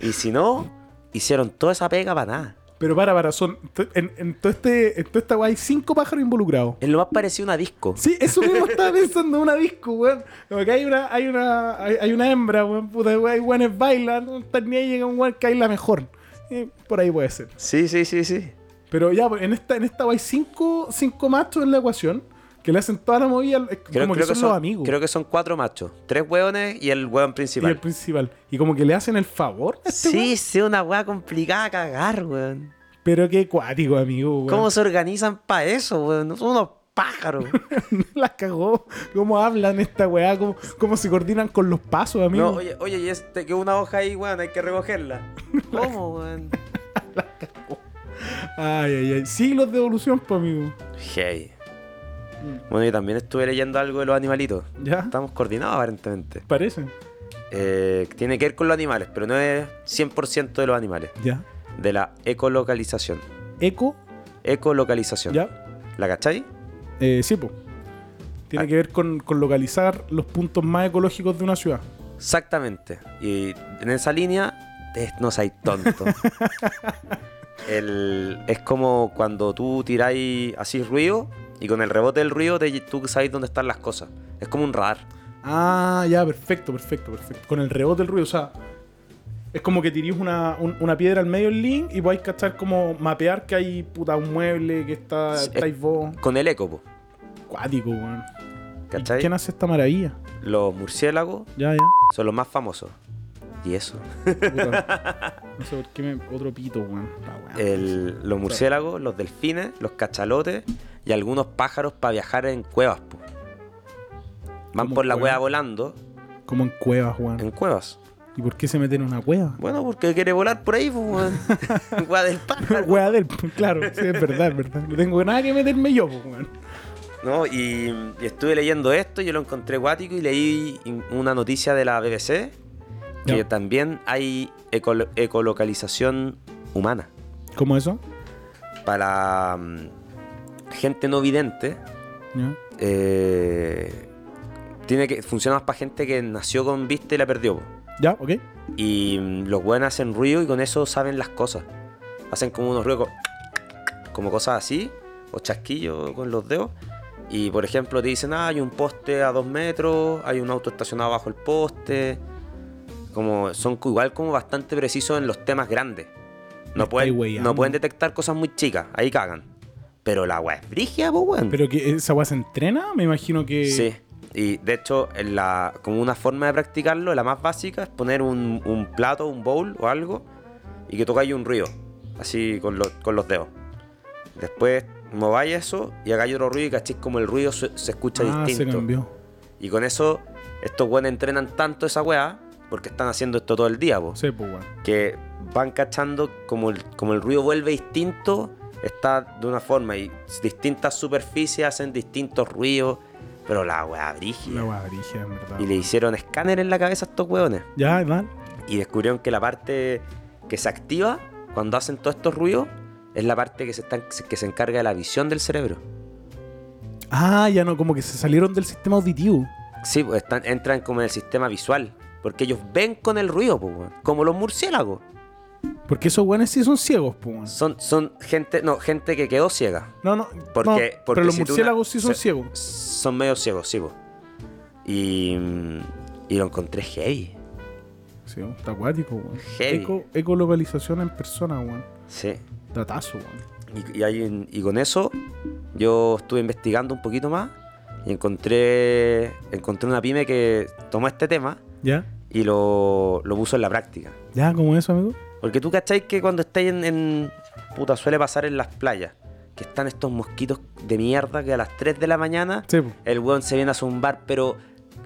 S1: y si no, hicieron toda esa pega para nada.
S2: Pero para, para, son. to- En, en todo este, en toda esta weá hay cinco pájaros involucrados.
S1: Es lo más parecido a una disco.
S2: Sí, eso mismo estaba pensando en una disco, weón. Como que hay una, hay una, hay, hay una hembra, weón, puta, weón, hay weones bailan, no están ni ahí, llega un weón que hay la mejor. Eh, por ahí puede ser.
S1: Sí, sí, sí, sí.
S2: Pero ya, pues, en esta, en esta weá hay cinco, cinco machos en la ecuación que le hacen toda la movida, eh, como que, son, los amigos.
S1: creo que son cuatro machos. Tres hueones y el hueón
S2: y el
S1: principal.
S2: principal. Y como que le hacen el favor a este weón.
S1: sí, sí, una hueá complicada a cagar, weón.
S2: Pero qué cuático, amigo. weón. (laughs)
S1: ¿Cómo se organizan para eso, weón? Son unos pájaros.
S2: las cagó? ¿Cómo hablan esta weá? ¿Cómo, cómo se coordinan con los pasos, (laughs) amigo?
S1: no, oye, oye, y este, que una hoja ahí, weón, hay que
S2: (laughs)
S1: recogerla. ¿Cómo, weón?
S2: Ay, ay, ay. Siglos de evolución, pues, amigo.
S1: Hey. Bueno, yo también estuve leyendo algo de los animalitos.
S2: ¿Ya?
S1: Estamos coordinados aparentemente.
S2: Parece.
S1: Eh, tiene que ver con los animales, pero no es 100% de los animales.
S2: Ya.
S1: De la ecolocalización.
S2: Eco,
S1: Ecolocalización.
S2: ya.
S1: ¿La cachai?
S2: Eh, sí, po. Tiene
S1: Ah.
S2: que ver con, con localizar los puntos más ecológicos de una ciudad.
S1: Exactamente. Y en esa línea, es- no seas
S2: (laughs)
S1: tonto. El- es como cuando tú tiráis así ruido y con el rebote del ruido te- tú sabes dónde están las cosas. Es como un radar.
S2: Ah, ya, perfecto, perfecto, perfecto. Con el rebote del ruido, o sea, es como que tirís una, un- una piedra al medio del link y podéis cachar como mapear que hay puta un mueble, que está,
S1: Sí,
S2: estáis vos.
S1: Con el eco, po,
S2: Cuático, weón. ¿Y
S1: ¿cachai?
S2: ¿Quién hace esta maravilla?
S1: Los murciélagos
S2: Ya, ya.
S1: son los más famosos. Y eso.
S2: Puta. No sé por qué me. Otro pito, weón. La weá.
S1: El- los murciélagos, los delfines, los cachalotes y algunos pájaros para viajar en cuevas. po. Van
S2: ¿Cómo
S1: por la
S2: cuevas?
S1: cueva volando
S2: Como en cuevas, weón.
S1: en cuevas.
S2: ¿Y por qué se meten en una cueva? (laughs)
S1: Bueno, porque quiere volar por ahí, pues, weón. Weá del pájaro.
S2: Weá del. Claro, sí, es verdad, es verdad. No tengo nada que meterme yo, pues, weón.
S1: No, y, y estuve leyendo esto, yo lo encontré guático y leí in- una noticia de la BBC que
S2: Ya.
S1: también hay ecolo- ecolocalización humana.
S2: ¿Cómo eso?
S1: Para mm, gente no vidente,
S2: Ya.
S1: eh, tiene que, funciona más para gente que nació con vista y la perdió. po.
S2: Ya, ok.
S1: Y mm, los buenos hacen ruido y con eso saben las cosas. Hacen como unos ruidos, co- como cosas así, o chasquillos con los dedos. Y por ejemplo te dicen, ah, hay un poste a dos metros, hay un auto estacionado bajo el poste. Como son cu- igual como bastante precisos en los temas grandes.
S2: Me
S1: No pueden,
S2: estáis weyando.
S1: no pueden detectar cosas muy chicas, ahí cagan. Pero la weá es brígida, pues weón.
S2: Pero que esa weá se entrena, me imagino que.
S1: Sí. Y de hecho, en la, como una forma de practicarlo, la más básica es poner un, un plato, un bowl o algo y que tocáis un ruido, así con, los- con los dedos. Después mováis eso y hagáis otro ruido y cachéis como el ruido se, se escucha
S2: Ah, se
S1: distinto.
S2: cambió.
S1: Y con eso, estos buenos entrenan tanto esa weá porque están haciendo esto todo el día, po,
S2: Sí, pues, weón.
S1: que van cachando como el, como el ruido vuelve distinto, está de una forma y distintas superficies hacen distintos ruidos, pero la weá
S2: La
S1: brígida.
S2: weá brígida, en verdad.
S1: Y le hicieron escáner en la cabeza a estos weones.
S2: Ya, Dan.
S1: Y descubrieron que la parte que se activa cuando hacen todos estos ruidos es la parte que se, está- que se encarga de la visión del cerebro.
S2: Ah, ya no, como que se salieron del sistema auditivo.
S1: Sí, pues están, entran como en el sistema visual. Porque ellos ven con el ruido, pues, weón, como los murciélagos.
S2: Porque esos weones sí son ciegos, pues. weón.
S1: Son, son gente, no, gente que quedó ciega.
S2: No, no.
S1: Porque- porque
S2: no, pero los
S1: si tú
S2: murciélagos
S1: na-
S2: sí son
S1: se-
S2: ciegos.
S1: Son medio ciegos, sí, po. Y, y lo encontré heavy.
S2: Sí, weón, está acuático, weón.
S1: Heavy.
S2: Eco- ecolocalización en persona, weón.
S1: Sí.
S2: Datazo, weón.
S1: Y, y ahí en- y con eso yo estuve investigando un poquito más y encontré, encontré una pyme que tomó este tema
S2: ¿Ya?
S1: y lo, lo puso en la práctica.
S2: ¿Ya? ¿Cómo eso, amigo?
S1: Porque tú cacháis que cuando estáis en, en- Puta, suele pasar en las playas que están estos mosquitos de mierda que a las 3 de la mañana
S2: Sí, pues.
S1: el weón se viene a zumbar, pero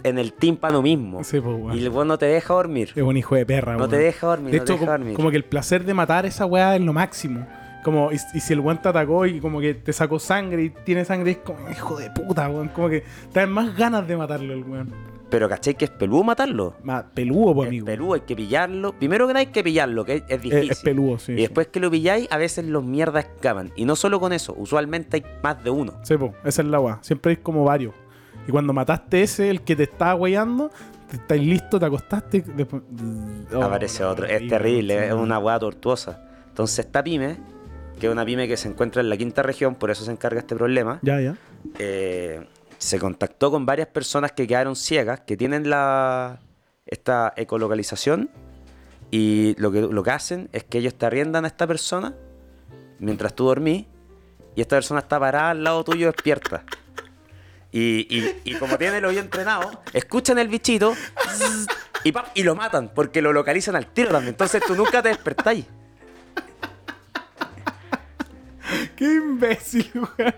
S1: en el tímpano mismo.
S2: Sí, pues, weón.
S1: Y el weón no te deja dormir.
S2: Es un hijo de perra,
S1: No
S2: weón.
S1: te deja dormir,
S2: Ah, De
S1: no
S2: hecho,
S1: te deja
S2: como,
S1: dormir.
S2: como que el placer de matar esa weá es lo máximo. Como, y, y si el weón te atacó y como que te sacó sangre y tiene sangre, es como, hijo de puta, weón. Como que te dan más ganas de matarlo el weón.
S1: Pero ¿cachai que es peludo matarlo?
S2: Más peludo, pues,
S1: es
S2: amigo.
S1: peludo, hay que pillarlo. Primero que nada hay que pillarlo, que es, es
S2: Es-
S1: difícil.
S2: es peludo, sí.
S1: y
S2: sí.
S1: después que lo pilláis, a veces los mierdas escapan. Y no solo con eso, usualmente hay más de uno.
S2: Sí, po, esa es la weá. Siempre hay como varios. Y cuando mataste ese, el que te estaba weyando, te estáis listo, te acostaste. Después... Oh,
S1: Ah, Aparece
S2: la
S1: otro.
S2: weá
S1: Es terrible,
S2: sí,
S1: es una hueá tortuosa. Entonces esta pyme, que es una pyme que se encuentra en la quinta región, por eso se encarga este problema,
S2: Ya, ya.
S1: eh, se contactó con varias personas que quedaron ciegas, que tienen la, esta ecolocalización, y lo que, lo que hacen es que ellos te arriendan a esta persona mientras tú dormís, y esta persona está parada al lado tuyo despierta. Y, y- y como tiene el oído entrenado, escuchan el bichito zzz, y, pap, y lo matan, porque lo localizan al tiro también. Entonces tú nunca te despertáis.
S2: Qué Qué imbécil, weón.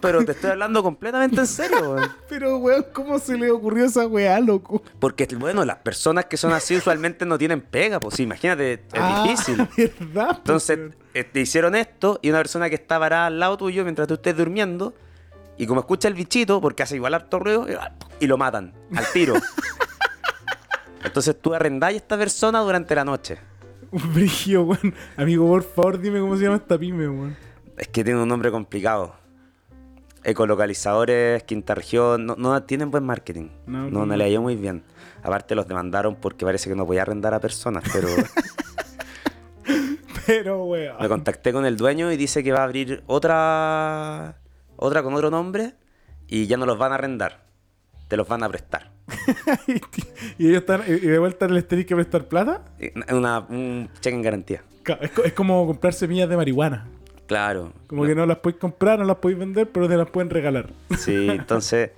S1: Pero te estoy hablando completamente en serio, weón.
S2: Pero, weón, ¿cómo se le ocurrió esa weá, loco?
S1: Porque, bueno, las personas que son
S2: (laughs)
S1: así usualmente no tienen pega, pues imagínate, es
S2: Ah,
S1: difícil.
S2: (laughs) ¿Verdad? po,
S1: Entonces,
S2: weón?
S1: eh, te hicieron esto y una persona que está varada al lado tuyo mientras tú estés durmiendo. Y como escucha el bichito, porque hace igual harto ruido, y- y lo matan al tiro.
S2: (laughs)
S1: Entonces tú arrendás a esta persona durante la noche.
S2: Un brillo, weón. Amigo, por favor, dime cómo se llama esta pyme, weón.
S1: Es que tiene un nombre complicado. Ecolocalizadores, quinta región, no, no tienen buen marketing.
S2: No,
S1: No,
S2: no.
S1: no, le ha ido muy bien. Aparte los demandaron porque parece que no podía arrendar a personas,
S2: (laughs)
S1: pero
S2: Pero,
S1: me
S2: weón.
S1: contacté con el dueño y dice que va a abrir otra otra con otro nombre y ya no los van a arrendar. Te los van a prestar.
S2: (laughs) y ellos están. Y de vuelta les tenés que prestar plata.
S1: Eh, una- un cheque en garantía.
S2: Ca- Es, co- es como comprar semillas de marihuana.
S1: Claro.
S2: Como que no las podéis comprar, no las podéis vender, pero te las pueden regalar.
S1: Sí, entonces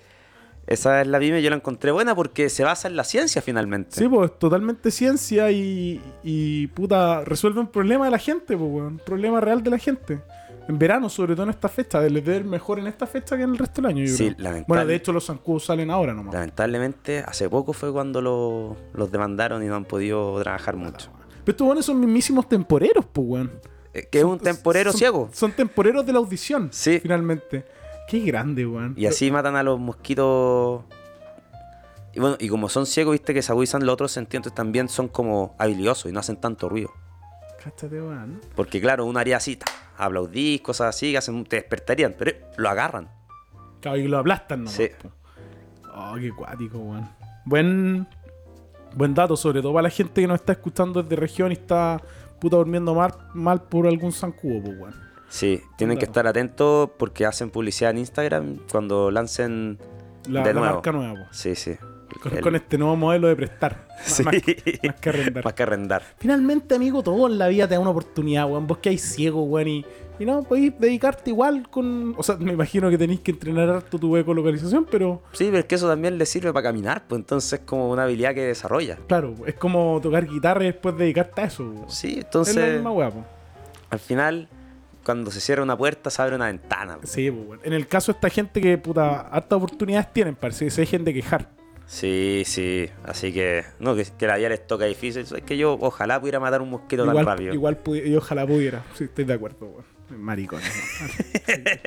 S1: (laughs) esa es la pyme, yo la encontré buena porque se basa en la ciencia finalmente.
S2: Sí, pues totalmente ciencia y, y puta, resuelve un problema de la gente, pues, weón. Un problema real de la gente. En verano, sobre todo en esta fecha, les debe ir mejor en esta fecha que en el resto del año, yo
S1: Sí,
S2: creo.
S1: lamentable.
S2: Bueno, de hecho, los zancudos salen ahora nomás.
S1: Lamentablemente, hace poco fue cuando lo- los demandaron y no han podido trabajar mucho.
S2: Pero estos weones son mismísimos temporeros, pues, weón.
S1: Eh, Que es un temporero
S2: Son-
S1: ciego.
S2: Son temporeros de la audición,
S1: Sí.
S2: finalmente. Qué grande, weón.
S1: Y así matan a los mosquitos. Y bueno, y como son ciegos, viste que se agudizan los otros sentidos, entonces también son como habilidosos y no hacen tanto ruido.
S2: Cáchate, weón.
S1: Porque claro, un área así, ta, aplaudís, cosas así, que hacen, te despertarían, pero eh, lo agarran.
S2: Claro, y lo aplastan nomás.
S1: Sí.
S2: po. Oh, qué cuático, weón. Buen, buen dato, sobre todo para la gente que nos está escuchando desde región y está puta durmiendo mal, mal por algún zancudo, pues, weón.
S1: Sí, tienen que
S2: Claro.
S1: estar atentos porque hacen publicidad en Instagram cuando lancen...
S2: La,
S1: De
S2: la
S1: nuevo.
S2: marca nueva, po.
S1: Sí, sí.
S2: Con,
S1: El-
S2: con este nuevo modelo de prestar. Más-
S1: (laughs) Sí.
S2: Más, más que arrendar.
S1: Más que arrendar.
S2: Finalmente, amigo, todo en la vida te da una oportunidad, weón. Vos que hay ciego, weón, y, y no, podéis dedicarte igual con. O sea, me imagino que tenéis que entrenar harto tu ecolocalización, pero
S1: Sí, pero es que eso también le sirve para caminar, pues entonces es como una habilidad que desarrolla.
S2: claro, es como tocar guitarra y después dedicarte a eso, weón.
S1: Sí,
S2: es la
S1: entonces
S2: misma weá, po.
S1: al final, cuando se cierra una puerta, se abre una ventana. pues.
S2: Sí, pues, weón. En el caso de esta gente que, puta, hartas oportunidades tienen, parece que se dejen de quejar.
S1: Sí, sí, así que, no, que, que la vida les toca difícil. Es que yo ojalá pudiera matar un mosquito tan
S2: Igual,
S1: rápido.
S2: igual pudi- y ojalá pudiera. Sí, estoy de acuerdo, weón. Maricones. ¿no?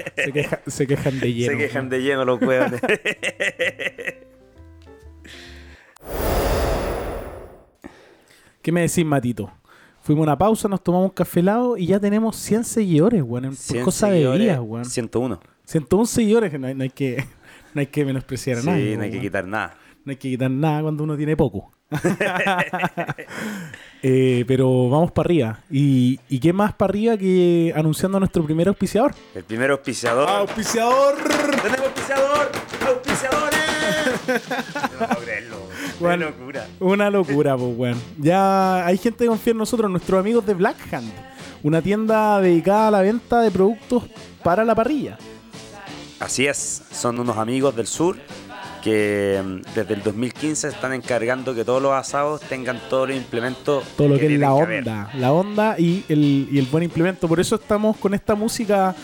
S2: (laughs) se, se queja- se quejan de lleno.
S1: se quejan
S2: weón.
S1: de lleno los hueones.
S2: (laughs) ¿Qué me decís, Matito? Fuimos a una pausa, nos tomamos un café helado y ya tenemos 100 seguidores, weón. en- Por
S1: 100
S2: cosa de
S1: seguidores,
S2: días, weón.
S1: 101.
S2: 101 seguidores, que no hay, no hay que, (laughs) no hay que menospreciar a
S1: Sí,
S2: nadie.
S1: no hay que
S2: weón.
S1: quitar nada.
S2: No hay que quitar nada cuando uno tiene
S1: (laughs)
S2: poco. (laughs) Eh, pero vamos para arriba. ¿Y, y qué más para arriba que anunciando a nuestro primer auspiciador?
S1: El primer auspiciador.
S2: ¡Auspiciador!
S1: ¡Tenemos auspiciador! ¡Auspiciadores! (laughs) no puedo creerlo. ¡Qué
S2: Bueno.
S1: locura!
S2: Una locura, pues, weón. Ya hay gente que confía en nosotros, nuestros amigos de Black Hand, una tienda dedicada a la venta de productos para la parrilla.
S1: Así es, son unos amigos del sur que mm, desde el 2015 están encargando que todos los asados tengan todos los implementos.
S2: Todo lo que, es
S1: tienen
S2: la
S1: haber.
S2: onda, la onda y el, y el buen implemento. Por eso estamos con esta música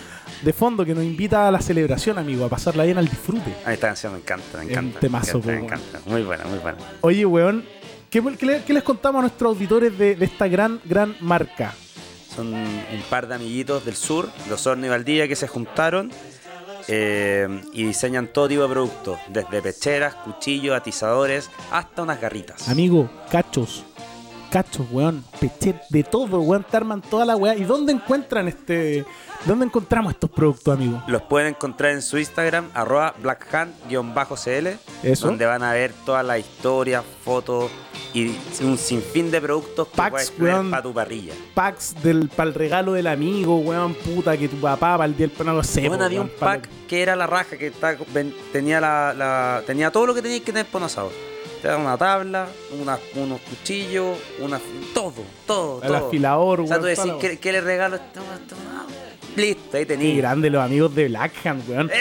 S2: de fondo que nos invita a la celebración, amigo, a pasarla bien al disfrute.
S1: A mí esta canción me encanta, me
S2: Es
S1: encanta.
S2: un temazo,
S1: me encanta, me
S2: po,
S1: encanta. Muy buena, muy buena.
S2: Oye, weón, ¿qué, qué le- qué les contamos a nuestros auditores de, de esta gran, gran marca?
S1: Son un par de amiguitos del sur, de Osorno y Valdivia, que se juntaron eh, y diseñan todo tipo de productos, desde pecheras, cuchillos, atizadores, hasta unas garritas.
S2: Amigo, cachos. Cachos, weón. Pechet, de todo, weón. Te arman toda la weá. ¿Y dónde encuentran este. ¿Dónde encontramos estos productos, amigo?
S1: Los pueden encontrar en su Instagram, arroba blackhand-cl,
S2: Eso.
S1: donde van a ver todas las historias, fotos y un sinfín de productos que
S2: Packs,
S1: puedes tener
S2: weón.
S1: para tu parrilla.
S2: Packs del, para el regalo del amigo, weón, puta, que tu papá, para el día del pan, no sé,
S1: bueno,
S2: po,
S1: había un
S2: weón, pa' lo-
S1: pack que era la raja, que está- ven- tenía, la, la- tenía todo lo que tenías que tener para un asado. Te daban una tabla, una- unos cuchillos, una, todo, todo,
S2: El
S1: todo.
S2: afilador,
S1: O sea, tú
S2: weón,
S1: decís,
S2: toda la
S1: ¿qué, qué le regalo a este weón? Este weón? Listo, ahí Eh.
S2: Qué
S1: tenías.
S2: grande los amigos de Black
S1: (laughs)
S2: Hand, weón.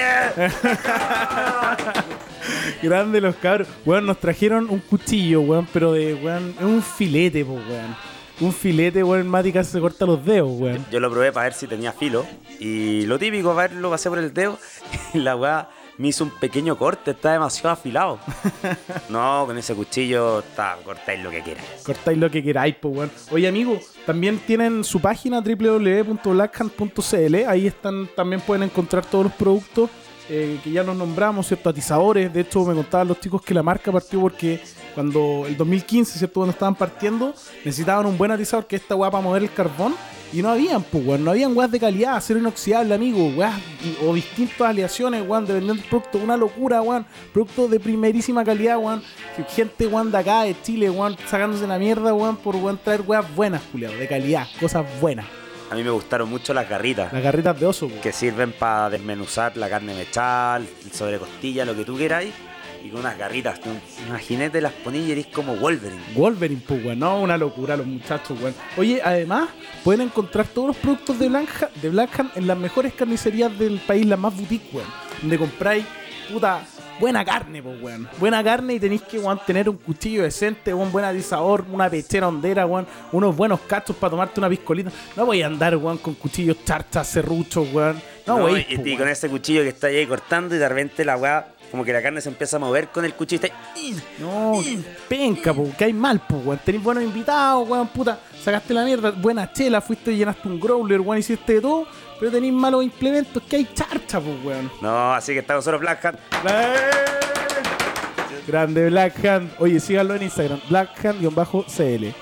S2: Grande los cabros. Weón, nos trajeron un cuchillo, weón, pero de, weón, es un filete, po, weón. un filete, weón, Mati casi se corta los dedos, weón.
S3: Yo lo probé para ver si tenía filo. Y lo típico, para verlo, pasé por el dedo. (laughs) Y la weá me hizo un pequeño corte, está
S2: (laughs)
S3: demasiado afilado. No, con ese cuchillo, está, cortáis lo que quieras.
S2: Cortáis lo que queráis, po, weón. Oye, amigo, también tienen su página www.blackhand.cl. Ahí están, también pueden encontrar todos los productos eh, que ya nos nombramos, ¿cierto? Atizadores. De hecho, me contaban los chicos que la marca partió porque cuando el 2015, ¿cierto? Cuando estaban partiendo, necesitaban un buen atizador que esta weá para mover el carbón. Y no habían, pues, weón. No habían weas de calidad, acero inoxidable, amigo, weas. y- O distintas aleaciones, weón. Dependiendo del producto. Una locura, weón. Productos de primerísima calidad, weón. Gente, weón, de acá, de Chile, weón. Sacándose la mierda, weón. Por, weón, traer weas buenas, culiao. De calidad. Cosas buenas.
S3: A mí me gustaron mucho las garritas.
S2: Las garritas de oso, weón.
S3: que sirven para desmenuzar la carne mechal, el sobre costilla, lo que tú queráis, y con unas garritas. ¿no? Imagínate las ponillas y eres como Wolverine.
S2: Wolverine, pues, weón. No, una locura los muchachos, weón. Oye, además, pueden encontrar todos los productos de Black, de Black Hand en las mejores carnicerías del país, las más boutique, weón. Donde compráis, puta, buena carne, pues, weón. Buena carne y tenéis que, weón, tener un cuchillo decente, un buen atizador, una pechera hondera, weón. Unos buenos cachos para tomarte una piscolita. No voy a andar, weón, con cuchillos charchas, serruchos, weón. No, pues,
S3: ¿no?
S2: weón.
S3: y, y con ese cuchillo que está ahí cortando y de repente la weá, como que la carne se empieza a mover con el cuchillo y está ahí,
S2: No, penca, po, que hay mal, po, weón. Tenés buenos invitados, weón, puta. Sacaste la mierda, buenas chelas, fuiste y llenaste un growler, weón, hiciste de todo, pero tenés malos implementos, que hay charcha, po, weón.
S3: No, así que está nosotros Black Hat.
S2: Grande Black Hand. Oye, síganlo en Instagram, blackhand-cl.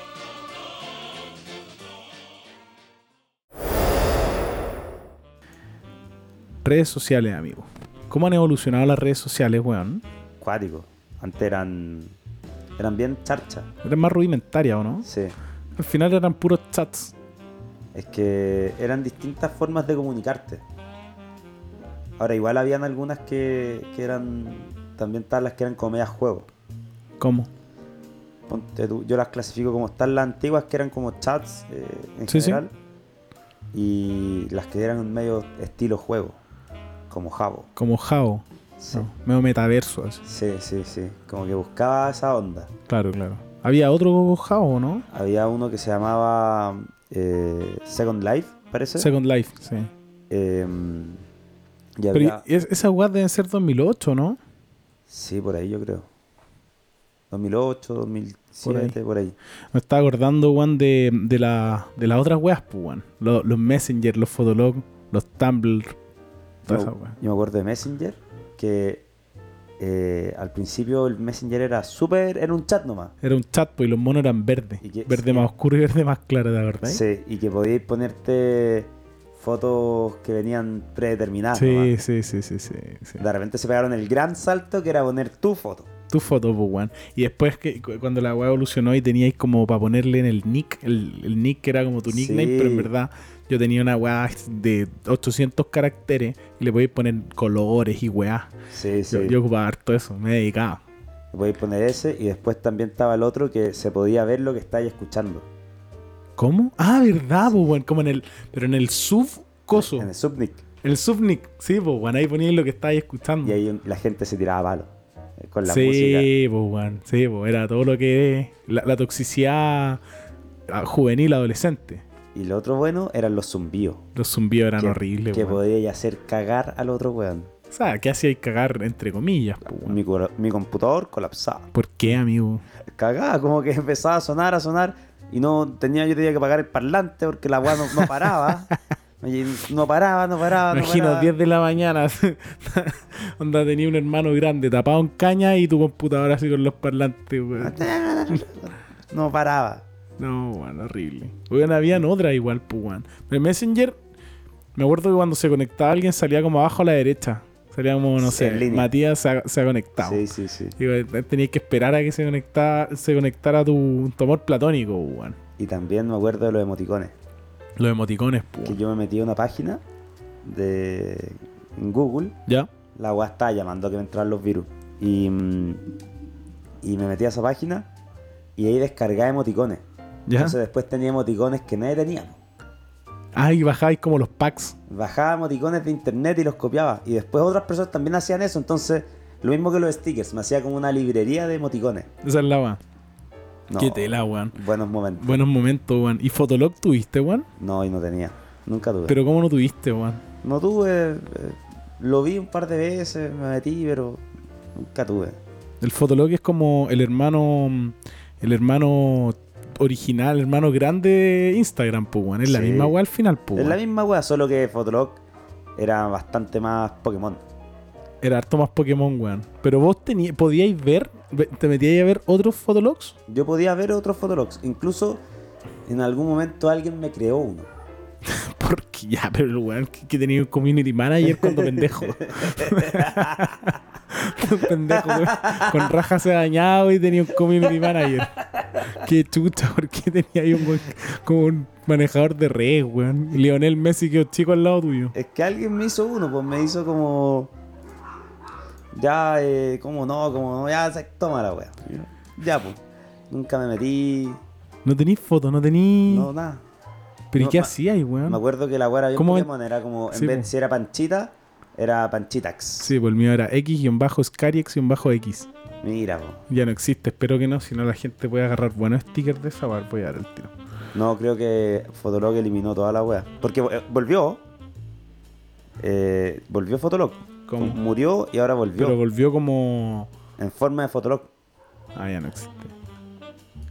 S2: Redes sociales, amigo. ¿Cómo han evolucionado las redes sociales, weón?
S3: Cuático. Antes eran. eran bien charcha.
S2: Eran más rudimentarias, ¿o no?
S3: Sí.
S2: Al final eran puros chats.
S3: Es que eran distintas formas de comunicarte. Ahora, igual habían algunas que, que eran. También estaban las que eran como medias juego.
S2: ¿Cómo?
S3: Ponte tú, yo las clasifico como están las antiguas que eran como chats eh, en
S2: Sí, sí.
S3: general y las que eran medio estilo juego, como Jabo.
S2: Como Jao.
S3: Sí,
S2: No, medio metaverso. así.
S3: sí, sí, sí, como que buscaba esa onda.
S2: Claro, claro. Había otro Jao, ¿no?
S3: Había uno que se llamaba eh, Second Life, parece.
S2: Second Life, sí.
S3: Eh, y
S2: Pero
S3: había-
S2: es- esa web debe ser 2008, ¿no?
S3: Sí, por ahí yo creo. 2008, 2007, por ahí.
S2: Me estaba acordando, weón, de, de, la, de las otras weas, pues, weón. Lo- Los, Messenger, los Fotolog, los Tumblr. Toda
S3: Yo-
S2: esa wea.
S3: Yo me acuerdo de Messenger, que eh, al principio el Messenger era súper, era un chat nomás.
S2: Era un chat, pues, y los monos eran verdes.
S3: ¿Y qué-
S2: Verde
S3: sí.
S2: más oscuro y verde más claro, ¿te acordás?
S3: Sí, y que podíais ponerte fotos que venían predeterminadas.
S2: Sí,
S3: nomás.
S2: sí, sí, sí, sí, sí.
S3: De repente se pegaron el gran salto que era poner tu foto.
S2: Tu foto, pues, weón. Y después que cu- cuando la weá evolucionó y teníais como para ponerle en el nick, el, el nick que era como tu nickname,
S3: Sí.
S2: pero en verdad yo tenía una weá de 800 caracteres y le podíais poner colores y weá.
S3: Sí, sí.
S2: Yo, yo ocupaba harto eso, me dedicaba.
S3: Podíais poner ese y después también estaba el otro que se podía ver lo que estáis escuchando.
S2: ¿Cómo? Ah, verdad, pues, weón. Como en el, pero en el sub coso.
S3: En el subnick.
S2: El subnick, sí, pues, weón. Ahí poníais lo que estáis escuchando.
S3: Y ahí la gente se tiraba a palo eh, con la música.
S2: Mm. sí, pues, weón. Sí, pues, era todo lo que. La, la toxicidad ah, juvenil, adolescente.
S3: Y lo otro bueno eran los zumbidos.
S2: Los zumbidos eran
S3: que,
S2: horribles,
S3: Que
S2: weón.
S3: podíais hacer cagar al otro weón.
S2: O sea, ¿qué hacía cagar entre comillas? po, weón?
S3: Mi, cora- mi computador colapsaba.
S2: ¿Por qué, amigo?
S3: cagada, como que (laughs) empezaba a sonar, a sonar, y no tenía, yo tenía que pagar el parlante porque la weá no, no
S2: (laughs)
S3: paraba. Oye, No paraba, no paraba, Ah, no
S2: Imagino
S3: paraba.
S2: 10 de la mañana, (laughs) onda tenía un hermano grande tapado en caña y tu computadora así con los parlantes,
S3: Ah,
S2: weón.
S3: No paraba.
S2: No, weón, horrible. Weón, habían otra igual, pues, weón. Pero Messenger, me acuerdo que cuando se conectaba alguien salía como abajo a la derecha. Salía como, no
S3: En
S2: sé,
S3: línea.
S2: Matías se ha, se ha conectado.
S3: Sí, sí, sí.
S2: Y, weón, tenías que esperar a que se conectara, se conectara tu, tu amor platónico, weón.
S3: Y también me acuerdo de los emoticones.
S2: Los emoticones, pues.
S3: Que yo me metí a una página de en Google,
S2: ¿Ya?
S3: la weá estaba llamando a que me entraran los virus. Y, mm, y me metí a esa página y ahí descargaba emoticones.
S2: ¿Ya?
S3: Entonces después tenía emoticones que nadie tenía.
S2: Ah, y bajáis como los packs.
S3: bajaba emoticones de internet y los copiaba. Y después otras personas también hacían eso. Entonces, lo mismo que los stickers, me hacía como una librería de emoticones.
S2: Esa es la va. No. Qué tela, weón.
S3: Buenos momentos.
S2: Buenos momentos, weón. ¿Y Fotolog tuviste, weón?
S3: No, y no tenía. Nunca tuve.
S2: Pero ¿cómo no tuviste, weón?
S3: No tuve. eh, Lo vi un par de veces, me metí, pero nunca tuve.
S2: El Fotolog es como el hermano. El hermano original, hermano grande de Instagram, pues, weón. Es la
S3: Sí.
S2: misma weón al final, pues.
S3: Es la
S2: weón.
S3: misma wea, solo que Fotolog era bastante más Pokémon.
S2: Era harto más Pokémon, weón. Pero vos tení- podíais ver, ve- te metíais a ver otros Fotologs.
S3: Yo podía ver otros Fotologs. Incluso en algún momento alguien me creó uno.
S2: Porque ya, pero el weón que, que tenía un community manager cuando pendejo. Un pendejo, weón. Con raja se dañado y tenía un community manager. Qué chucha, porque tenía ahí un weón como un manejador de redes, weón. Y Lionel Messi quedó chico al lado tuyo.
S3: Es que alguien me hizo uno, pues me hizo como. Ya, eh, como no, como no, ya, se toma la wea. Ya, pues. Nunca me metí,
S2: No tenís fotos, no tenís.
S3: no, nada.
S2: pero ¿y
S3: no,
S2: qué
S3: ma-
S2: hacíais, weón?
S3: Me acuerdo que la wea era bien
S2: ¿Cómo ven-
S3: Pokémon, era como, en
S2: Sí,
S3: vez
S2: po.
S3: si era Panchita, era Panchitax.
S2: Sí, pues el mío era X-Scariex-X.
S3: Mira, po.
S2: Ya no existe, espero que no, si no la gente puede agarrar buenos stickers de esa weón. Voy a dar el tiro.
S3: No, creo que Fotolog eliminó toda la wea. Porque eh, volvió. Eh, volvió Fotolog.
S2: ¿Cómo?
S3: Murió y ahora volvió.
S2: Pero volvió como.
S3: En forma de Fotolog.
S2: Ah, ya no existe.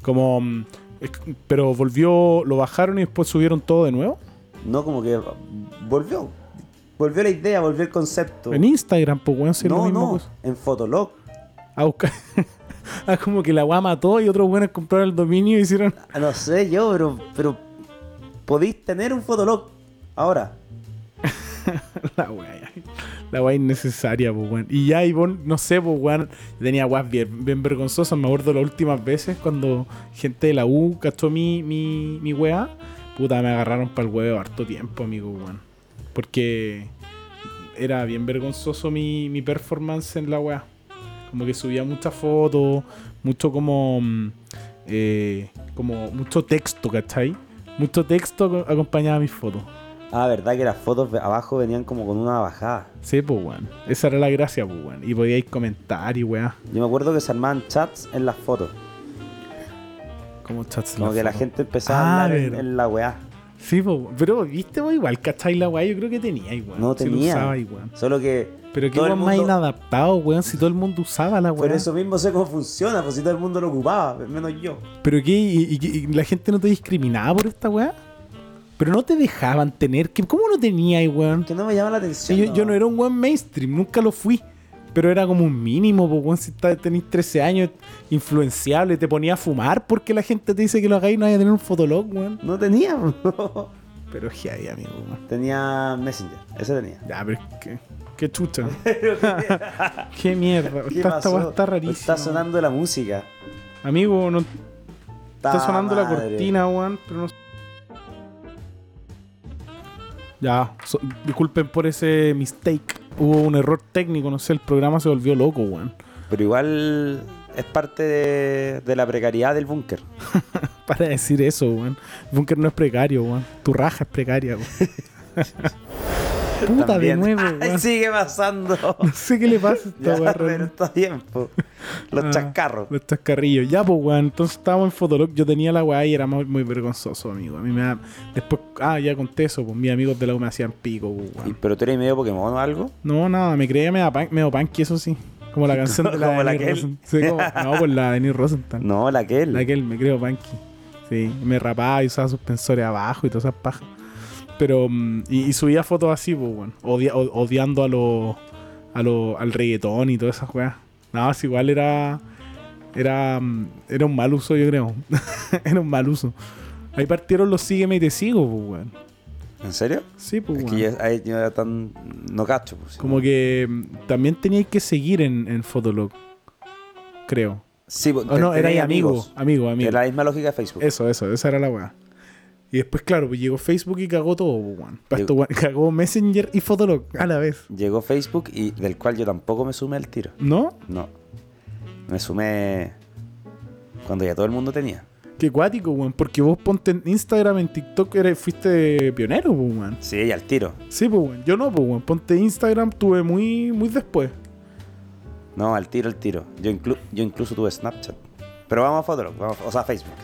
S2: Como. mm, es- Pero volvió, lo bajaron y después subieron todo de nuevo.
S3: No, como que volvió. Volvió la idea, volvió el concepto.
S2: En Instagram, pues, weón, si es lo
S3: no,
S2: mismo.
S3: no,
S2: pues.
S3: en Fotolog.
S2: A buscar. (laughs) ah, como que la weá mató y otros buenos compraron el dominio y hicieron.
S3: Ah, No sé yo, pero, pero podéis tener un Fotolog ahora.
S2: (laughs) La weá. La weá innecesaria, pues, weón. Y ya, Ivonne, no sé, pues, weón. Tenía weas bien, bien vergonzosas. Me acuerdo las últimas veces cuando gente de la U cachó mi, mi, mi weá. Puta, me agarraron para el huevo harto tiempo, amigo, weón. Porque era bien vergonzoso mi, mi performance en la weá. Como que subía muchas fotos, mucho como. mm, eh, como mucho texto, ¿cachai? Mucho texto aco- acompañaba mis fotos.
S3: Ah, verdad que las fotos de abajo venían como con una bajada.
S2: Sí, pues, weón. Esa era la gracia, pues, weón. Y podíais comentar y weá.
S3: Yo me acuerdo que se armaban chats en las fotos.
S2: Como chats. en
S3: Como que la
S2: foto.
S3: gente empezaba
S2: Ah,
S3: a hablar en,
S2: verdad.
S3: en la weá.
S2: Sí, pues, weón. pero viste, weón, igual, ¿cachai? La weá yo creo que tenía, weón.
S3: No
S2: Si lo
S3: tenía.
S2: usaba, weón.
S3: Solo que.
S2: Pero qué
S3: todo el
S2: weón más
S3: mundo-
S2: inadaptado, weón, si todo el mundo usaba la weá.
S3: Por eso mismo sé cómo funciona, pues si todo el mundo lo ocupaba, menos yo.
S2: Pero qué, y, y- y la gente no te discriminaba por esta weá. Pero no te dejaban tener. que- ¿Cómo no tenías, weón?
S3: Que no me llama la atención.
S2: yo, yo no era un weón mainstream, nunca lo fui. Pero era como un mínimo, pues, weón. Si está- tenés 13 años, influenciable, te ponía a fumar porque la gente te dice que lo hagáis y no vaya a tener un fotolog, weón.
S3: No tenía, (laughs)
S2: Pero es que ahí, amigo, weón.
S3: Tenía Messenger, ese tenía.
S2: Ya, pero es que. Qué
S3: (laughs)
S2: chucha. (laughs) qué mierda.
S3: ¿Qué
S2: Esta- Esta
S3: pasó?
S2: weá está rarísima.
S3: Está sonando la música.
S2: Amigo, no, Está
S3: Ta
S2: sonando la
S3: madre.
S2: cortina, weón, pero no. Ya, so- disculpen por ese mistake. Hubo un error técnico, no sé, el programa se volvió loco, weón.
S3: Pero igual es parte de, de la precariedad del búnker.
S2: (laughs) Para decir eso, weón. El búnker no es precario, weón. Tu raja es precaria, weón.
S3: (laughs)
S2: Puta
S3: También.
S2: de nuevo,
S3: (laughs) Ay,
S2: weón.
S3: sigue pasando.
S2: (laughs) No sé qué le pasa a
S3: (laughs) Ya,
S2: esta weón.
S3: pero
S2: realmente.
S3: está bien, po. Los
S2: Ah,
S3: chascarros.
S2: Los chascarrillos. Ya, pues, weón. Entonces estábamos en Fotolog. Yo tenía la weá y era muy, muy vergonzoso, amigo. A mí me da... Después, ah, ya conté eso, pues mis amigos de la U me hacían pico, pues, weón.
S3: ¿Y- ¿Pero tú eres medio Pokémon o algo?
S2: No, nada, me creía medio punk, medio punk, eso sí. Como
S3: (laughs)
S2: la canción de la,
S3: Como
S2: de
S3: la
S2: Neil
S3: que él.
S2: Rosen- Sí, como- no, por la de Neil Rosenthal.
S3: No, la que él.
S2: La que él, me creo punky. Sí, me rapaba y usaba suspensores abajo y todas esas pajas. Pero, mm, y, y subía fotos así, pues, bueno, odia- o- odiando a los, a los- al reggaetón y todas esas weas. Nada, más igual era, era, mm, era un mal uso, yo creo. (laughs) era un mal uso. Ahí partieron los sígueme y te sigo, pues, weón.
S3: ¿En serio?
S2: Sí, pues,
S3: Es
S2: weón.
S3: que yo, ahí yo ya tan... No cacho, pues.
S2: Como que mm, también teníais que seguir en, en Fotolog. Creo.
S3: Sí, pues,
S2: O no,
S3: te-
S2: erais
S3: tenéis
S2: amigo. Amigo, amigo. Eh.
S3: Es la misma lógica de Facebook.
S2: Eso, eso, esa era la weá. Y después, claro, pues llegó Facebook y cagó todo, pues, weón. Pa' esto, weón, (laughs) Cagó Messenger y Fotolog a la vez.
S3: Llegó Facebook y del cual yo tampoco me sumé al tiro.
S2: ¿No?
S3: No. Me sumé cuando ya todo el mundo tenía.
S2: Qué cuático, weón. Porque vos ponte en Instagram, en TikTok, eres, fuiste pionero, pues, weón.
S3: Sí, ya al tiro.
S2: Sí, pues, weón. Yo no, pues, weón. Ponte Instagram, tuve muy, muy después.
S3: No, al tiro, al tiro. Yo, inclu- yo incluso tuve Snapchat. Pero vamos a Fotolog, vamos a- o sea, Facebook.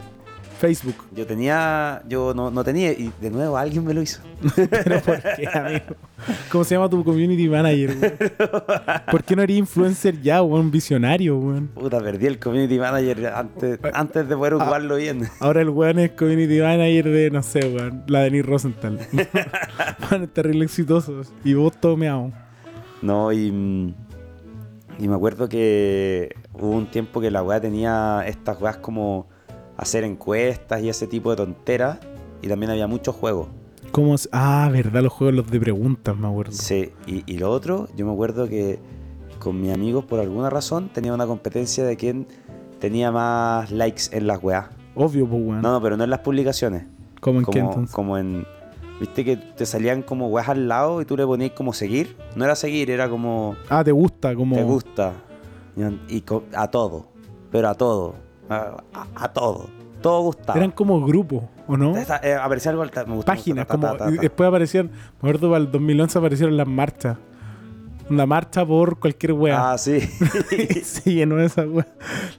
S2: Facebook. (laughs)
S3: Yo tenía, yo no, no tenía, y de nuevo alguien me lo hizo.
S2: Pero ¿por qué, amigo? ¿Cómo se llama tu community manager, weón? ¿Por qué no eres influencer ya, weón? Visionario, weón.
S3: Puta, perdí el community manager antes, antes de poder jugarlo bien.
S2: Ahora el weón es community manager de, no sé, weón, la Denise
S3: (laughs)
S2: Rosenthal. Weón, es terrible exitoso. Y vos todo meao.
S3: No, y, mm, y me acuerdo que hubo un tiempo que la weá tenía estas weas como hacer encuestas y ese tipo de tonteras. Y también había muchos juegos.
S2: ¿Cómo se- Ah, verdad, los juegos los de preguntas, me acuerdo.
S3: Sí, y, y lo otro, yo me acuerdo que con mis amigos, por alguna razón, tenía una competencia de quién tenía más likes en las weas.
S2: Obvio, pues, weón.
S3: No, no, pero no en las publicaciones.
S2: ¿Cómo en qué
S3: como,
S2: entonces?
S3: como en. Viste que te salían como weas al lado y tú le ponías como seguir. No era seguir, era como.
S2: Ah, te gusta, como.
S3: Te gusta. Y, y co- a todo. Pero a todo. A, a- a todo. Todo gustaba.
S2: Eran como grupos, ¿o no?
S3: Esta- eh, aparecía algo al ta- me gustó,
S2: Páginas,
S3: ta, ta,
S2: como.
S3: ta, ta,
S2: y
S3: ta.
S2: Después aparecían. Me acuerdo, para el 2011 aparecieron las marchas. Una marcha por cualquier wea.
S3: Ah, sí. (laughs)
S2: Y (laughs) se llenó esa wea.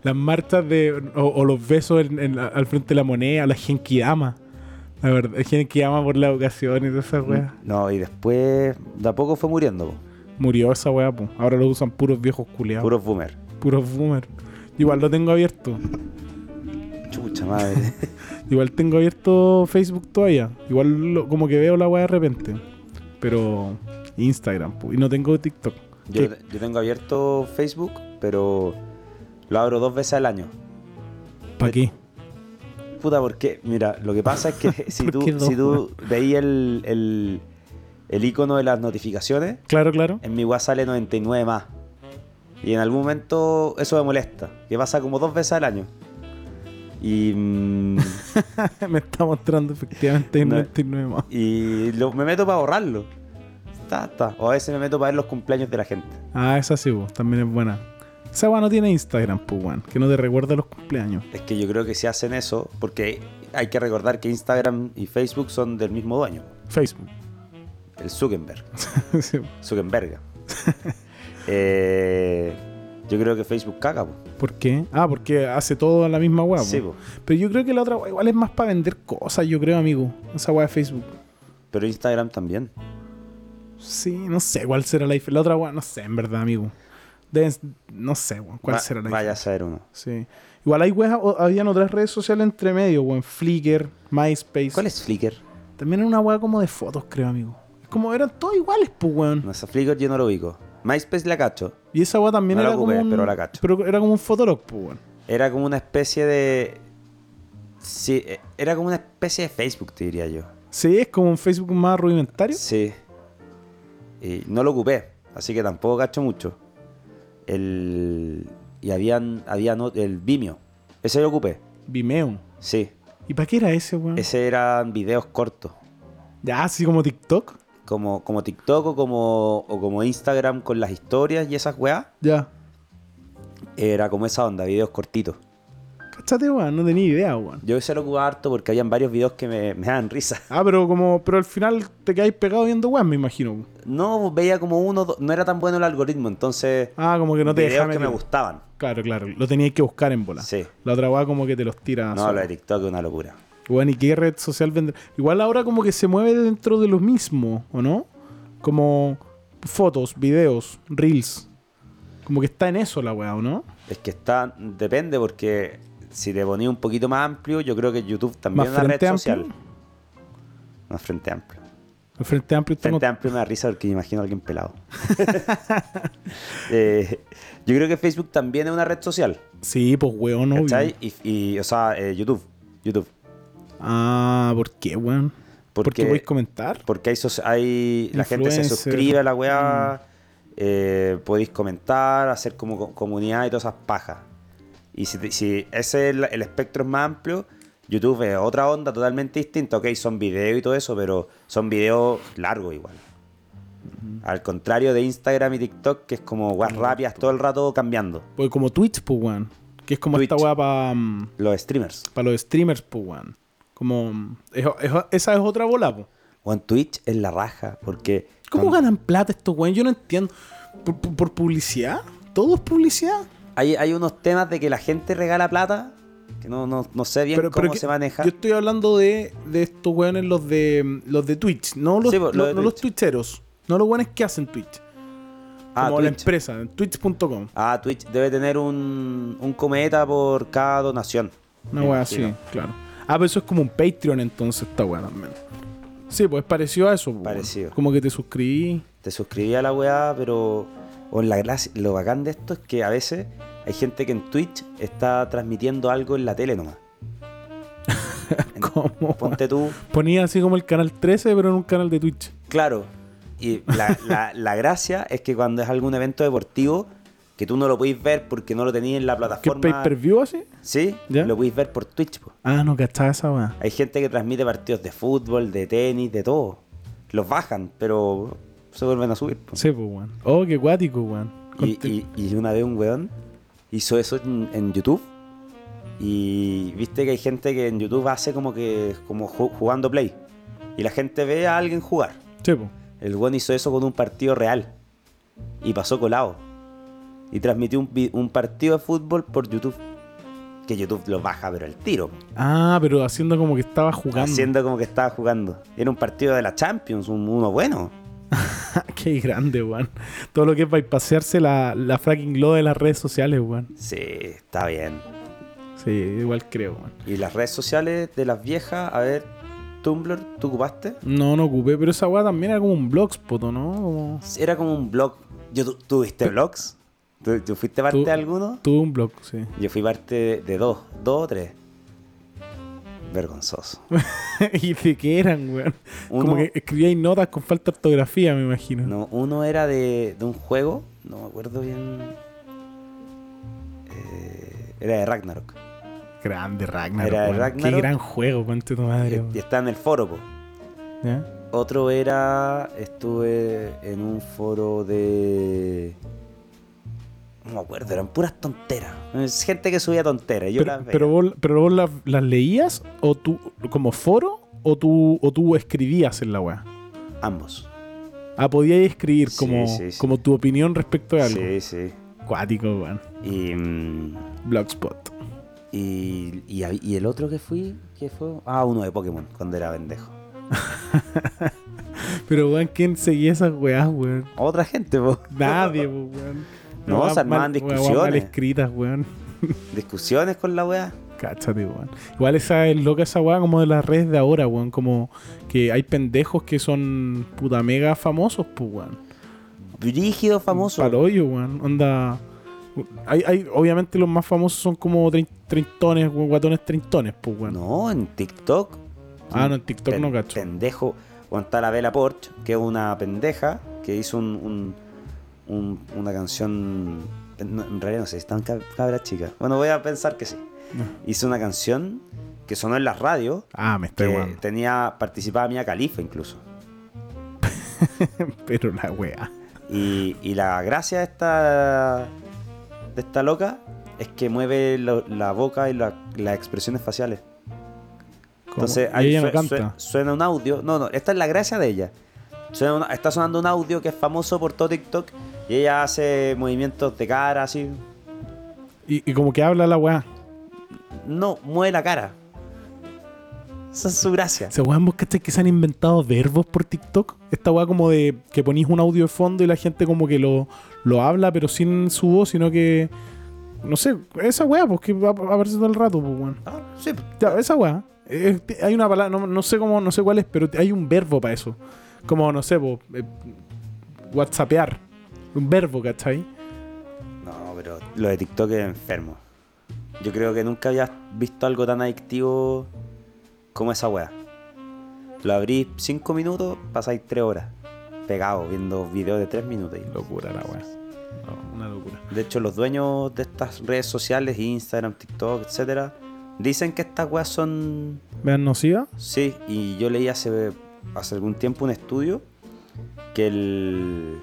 S2: Las marchas de. O, o los besos en- en la- al frente de la moneda, la genkidama. La verdad, el genkidama por la educación y toda esa wea.
S3: no, y después. De a poco fue muriendo. po.
S2: Murió esa wea, pues. Ahora lo usan puros viejos culeados.
S3: Puro boomer.
S2: Puros boomer. Igual lo tengo abierto.
S3: Chucha
S2: (laughs)
S3: madre.
S2: Igual tengo abierto Facebook todavía. Igual lo- como que veo la weá de repente. Pero Instagram, pu, y no tengo TikTok.
S3: yo,
S2: ¿Qué?
S3: yo tengo abierto Facebook, pero lo abro dos veces al año.
S2: ¿Para qué?
S3: Puta, porque, mira, lo que pasa es
S2: (laughs)
S3: que si
S2: ¿Por
S3: tú,
S2: qué dos,
S3: si tú veías el, el, el icono de las notificaciones,
S2: Claro, claro. (laughs)
S3: en mi WhatsApp sale 99 más. Y en algún momento eso me molesta, que pasa como dos veces al año. Y,
S2: (laughs)
S3: mm,
S2: Me está mostrando efectivamente este
S3: No.
S2: 99 más.
S3: y lo- me meto para borrarlo. Ta, ta. O a veces me meto para ver los cumpleaños de la gente.
S2: Ah, esa sí, vos. También es buena. Esa weá no tiene Instagram, pues, weón. Que no te recuerda los cumpleaños.
S3: Es que yo creo que si hacen eso, porque hay que recordar que Instagram y Facebook son del mismo dueño,
S2: Facebook.
S3: el Zuckerberg.
S2: (laughs) Sí, po.
S3: Zuckerberg. (laughs) Eh, yo creo que Facebook caga, po.
S2: ¿Por qué? Ah, porque hace todo a la misma weá.
S3: Sí,
S2: po.
S3: po.
S2: Pero yo creo que la otra weá igual es más para vender cosas, yo creo, amigo. Esa weá de Facebook.
S3: Pero Instagram también.
S2: Sí, no sé cuál será la diferencia. La otra, weón, no sé, en verdad, amigo. Deben- no sé, weón, cuál
S3: Va-
S2: será la
S3: Vaya a
S2: diferencia.
S3: ser uno.
S2: Sí. Igual hay weas, o- habían otras redes sociales entre medio, weón. Flickr, MySpace.
S3: ¿Cuál es Flickr?
S2: También era una wea como de fotos, creo, amigo. Es Como eran todos iguales, pues, weón.
S3: No sé, Flickr yo no lo ubico. MySpace la cacho.
S2: Y esa wea también
S3: No la
S2: era
S3: ocupé,
S2: como. Un,
S3: pero la cacho.
S2: pero era como un fotolog, pues, weón.
S3: Era como una especie de. Sí, eh, era como una especie de Facebook, te diría yo.
S2: Sí, es como un Facebook más rudimentario.
S3: Sí. Y no lo ocupé, así que tampoco cacho mucho. El. Y habían. habían o- el Vimeo. Ese lo ocupé.
S2: Vimeo.
S3: Sí.
S2: ¿Y para qué era ese, weón?
S3: Ese eran videos cortos.
S2: Ya, así como TikTok.
S3: Como, como TikTok o como, o como Instagram con las historias y esas weas.
S2: Ya.
S3: Era como esa onda, videos cortitos.
S2: Cachate, weón, no tenía idea, weón.
S3: Yo ese lo ocupaba harto porque habían varios videos que me, me daban risa.
S2: Ah, pero como. Pero al final te quedáis pegado viendo weón, me imagino. weón.
S3: No, veía como uno, dos- no era tan bueno el algoritmo, entonces...
S2: Ah, como que no te
S3: videos
S2: deja
S3: que me
S2: meter.
S3: gustaban.
S2: Claro, claro. Lo tenías que buscar en bola.
S3: Sí.
S2: La otra weá como que te los tira.
S3: No,
S2: solo.
S3: lo de TikTok es una locura.
S2: Weón, ¿y qué red social vendrá? Igual ahora como que se mueve dentro de lo mismo, ¿o no? Como fotos, videos, reels. Como que está en eso la weá, ¿o no?
S3: Es que está... Depende porque si te ponía un poquito más amplio, yo creo que YouTube
S2: Más
S3: también es una red
S2: frente amplio.
S3: social. Más frente amplio.
S2: El Frente Amplio está
S3: Frente
S2: con-
S3: amplio me da risa porque me imagino a
S2: (laughs)
S3: alguien pelado. (laughs) Eh, yo creo que Facebook también es una red social.
S2: Sí, pues weón, obvio.
S3: ¿Cachai? Y, y, o sea, eh, YouTube. YouTube.
S2: Ah, ¿por qué, weón?
S3: Porque-
S2: Porque podéis comentar.
S3: Porque hay, soci- hay la gente se
S2: Influencer.
S3: suscribe a la weá, eh, podéis comentar, hacer como co- comunidad y todas esas pajas. Y si, te- si ese es el, el espectro es más amplio, YouTube es otra onda totalmente distinta. Ok, son videos y todo eso, pero son videos largos igual. Al contrario de Instagram y TikTok, que es como weas rápidas todo el rato cambiando.
S2: Porque como Twitch, pues weón. Que es como
S3: Twitch.
S2: esta weá para
S3: Los streamers.
S2: los streamers, pues weón. Como... mm, es- es- esa es otra bola, pues.
S3: O en Twitch es la raja, porque...
S2: ¿Cómo
S3: con-
S2: ganan plata estos weón? Yo no entiendo. ¿Por, por- por publicidad? ¿Todo es publicidad?
S3: Hay, hay unos temas de que la gente regala plata, que no, no, no sé bien cómo
S2: que-
S3: se maneja.
S2: Yo estoy hablando de, de estos weones, los de los de Twitch, no los,
S3: Sí, po, lo
S2: lo-
S3: de
S2: no los twitcheros, no los weones que hacen Twitch.
S3: ah,
S2: como la
S3: Twitch.
S2: empresa, en twitch.com.
S3: Ah, Twitch debe tener un, un cometa por cada donación.
S2: Una
S3: Me
S2: wea
S3: imagino.
S2: así, claro. Ah, pero eso es como un Patreon entonces esta wea también. Sí, pues pareció a eso. pues, weón.
S3: Parecido.
S2: Como que te suscribí.
S3: te suscribí a la weá, pero o la gracia- lo bacán de esto es que a veces hay gente que en Twitch está transmitiendo algo en la tele
S2: (laughs)
S3: nomás. En-
S2: Como
S3: Ponte tú,
S2: Ponía así como el canal 13, pero en un canal de Twitch.
S3: claro. Y la, la- la gracia es que cuando es algún evento deportivo, que tú no lo podéis ver porque no lo tenías en la
S2: ¿Qué
S3: plataforma.
S2: pay-per-view así?
S3: Sí,
S2: ¿Ya?
S3: lo podéis ver por Twitch. po.
S2: Ah, no cachaba esa wea.
S3: Hay gente que transmite partidos de fútbol, de tenis, de todo. Los bajan, pero se vuelven a subir. po.
S2: Sí, pues weón. Oh, qué cuático, weón.
S3: Y,
S2: Conte-
S3: y- y una vez un weón hizo eso en, en YouTube. Y viste que hay gente que en YouTube hace como que como ju- jugando play. Y la gente ve a alguien jugar.
S2: Sí, pues.
S3: El weón hizo eso con un partido real. Y pasó colado. Y transmitió un, vi- un partido de fútbol por YouTube. Que YouTube lo baja, pero el tiro.
S2: Ah, pero haciendo como que estaba jugando.
S3: Haciendo como que estaba jugando. Era un partido de la Champions, un- uno bueno.
S2: (laughs) Qué grande, weón. Todo lo que es bypasearse la, la fracking law de las redes sociales, weón.
S3: Sí, está bien.
S2: Sí, igual creo, weón.
S3: Y las redes sociales de las viejas, a ver, Tumblr, ¿tú ocupaste?
S2: No, no ocupé, pero esa weá también era como un blogspot, ¿o ¿no? Como...
S3: Era como un blog. Yo, ¿tú, ¿Tuviste blogs? ¿Tú, tú fuiste parte
S2: Tú-
S3: de alguno?
S2: Tuve un blog, sí. (laughs)
S3: Yo fui parte de, de dos, dos o tres. Vergonzoso.
S2: ¿Y de qué eran, weón?
S3: Uno-
S2: Como que escribíais notas con falta de ortografía, me imagino.
S3: No, uno era de, de un juego, no me acuerdo bien. Eh, era de Ragnarok.
S2: Grande Ragnarok,
S3: Era de
S2: weón.
S3: Ragnarok.
S2: Qué gran juego, conche tu madre,
S3: Y,
S2: weón.
S3: y está en el foro, po.
S2: ¿Ya?
S3: Otro era. Estuve en un foro de. No me acuerdo, eran puras tonteras. Es Gente que subía tonteras. Yo
S2: Pero,
S3: las veía.
S2: pero vos, pero vos las, las leías o tú, como foro o tú, o tú escribías en la weá.
S3: Ambos.
S2: Ah, podíais escribir como,
S3: Sí, sí, sí.
S2: como tu opinión respecto a algo.
S3: Sí, sí.
S2: Cuático, weón.
S3: Y, mm,
S2: Blogspot.
S3: y, y hab- y el otro que fui, que fue? Ah, uno de Pokémon, cuando era pendejo.
S2: Pero, weón, ¿quién seguía esas weás, weón?
S3: Otra gente, po. (laughs)
S2: Nadie, po, weón.
S3: No,
S2: Weas
S3: se armaban
S2: mal- weas mal
S3: discusiones.
S2: escritas, weón.
S3: Discusiones con la weá.
S2: Cáchate, weón. Igual esa es loca esa weá como de las redes de ahora, weón. Como que hay pendejos que son puta mega famosos, pues, weón.
S3: Brígido famoso.
S2: Paloyo, weón. Onda. Hay, hay, obviamente los más famosos son como trein- treintones, weón, guatones treintones, pues, weón.
S3: No, en TikTok.
S2: ah, no, en TikTok
S3: Pen-
S2: no cacho.
S3: Pendejo. Bueno, está la Vela Porsche, que es una pendeja que hizo un, un- un- una canción. no, en realidad no sé, están cabras chicas. Bueno, voy a pensar que sí.
S2: No.
S3: Hizo una canción que sonó en la radio.
S2: Ah, me estoy
S3: Que
S2: weando. (laughs)
S3: tenía, participaba Mia Califa incluso.
S2: Pero la weá.
S3: Y, y la gracia de esta, de esta loca es que mueve lo- la boca y la- las expresiones faciales.
S2: ¿Cómo?
S3: Entonces
S2: y ella no
S3: sue- sue-
S2: canta.
S3: suena un audio. No, no, esta es la gracia de ella. Suena una- está sonando un audio que es famoso por todo TikTok y ella hace movimientos de cara así.
S2: Y, y como que habla la weá.
S3: No, mueve la cara. Esa es su gracia.
S2: Se weón, vos cachai que se han inventado verbos por TikTok. Esta weá como de que ponís un audio de fondo y la gente como que lo, lo habla, pero sin su voz, sino que. No sé, esa weá, pues que va va apareciendo todo el rato, pues weón.
S3: Ah, sí, pues.
S2: Ya, esa weá. Eh, te- hay una palabra, no, no sé cómo, no sé cuál es, pero te- hay un verbo para eso. Como, no sé, po, eh, whatsappear. Un verbo, ¿cachai?
S3: No, pero lo de TikTok es enfermo. Yo creo que nunca habías visto algo tan adictivo como esa weá. Lo abrís 5 minutos, pasáis 3 horas pegado viendo videos de 3 minutos.
S2: Locura la weá. No, una locura.
S3: De hecho, los dueños de estas redes sociales, Instagram, TikTok, etcétera, dicen que estas weas son.
S2: ¿Vean nociva?
S3: Sí, y yo leí hace, hace algún tiempo un estudio que el.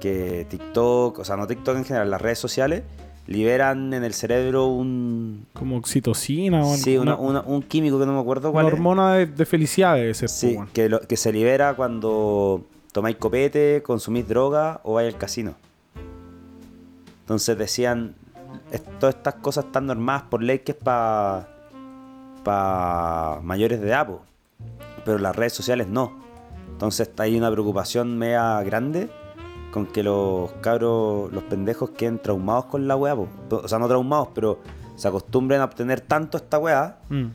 S3: que TikTok, o sea, no TikTok en general, las redes sociales liberan en el cerebro un,
S2: Como oxitocina o
S3: Sí,
S2: una,
S3: una- una- un químico que no me acuerdo
S2: una
S3: cuál es.
S2: hormona de, de felicidad debe ser, po,
S3: Sí,
S2: weón.
S3: que, lo- que se libera cuando tomáis copete, consumís droga o vais al casino. Entonces decían, es- todas estas cosas están normadas por ley que es para pa mayores de edad, po. pero las redes sociales no. Entonces está ahí una preocupación media grande con que los cabros, los pendejos queden traumados con la weá, po. o sea, no traumados, pero se acostumbren a obtener tanto esta weá
S2: Mm.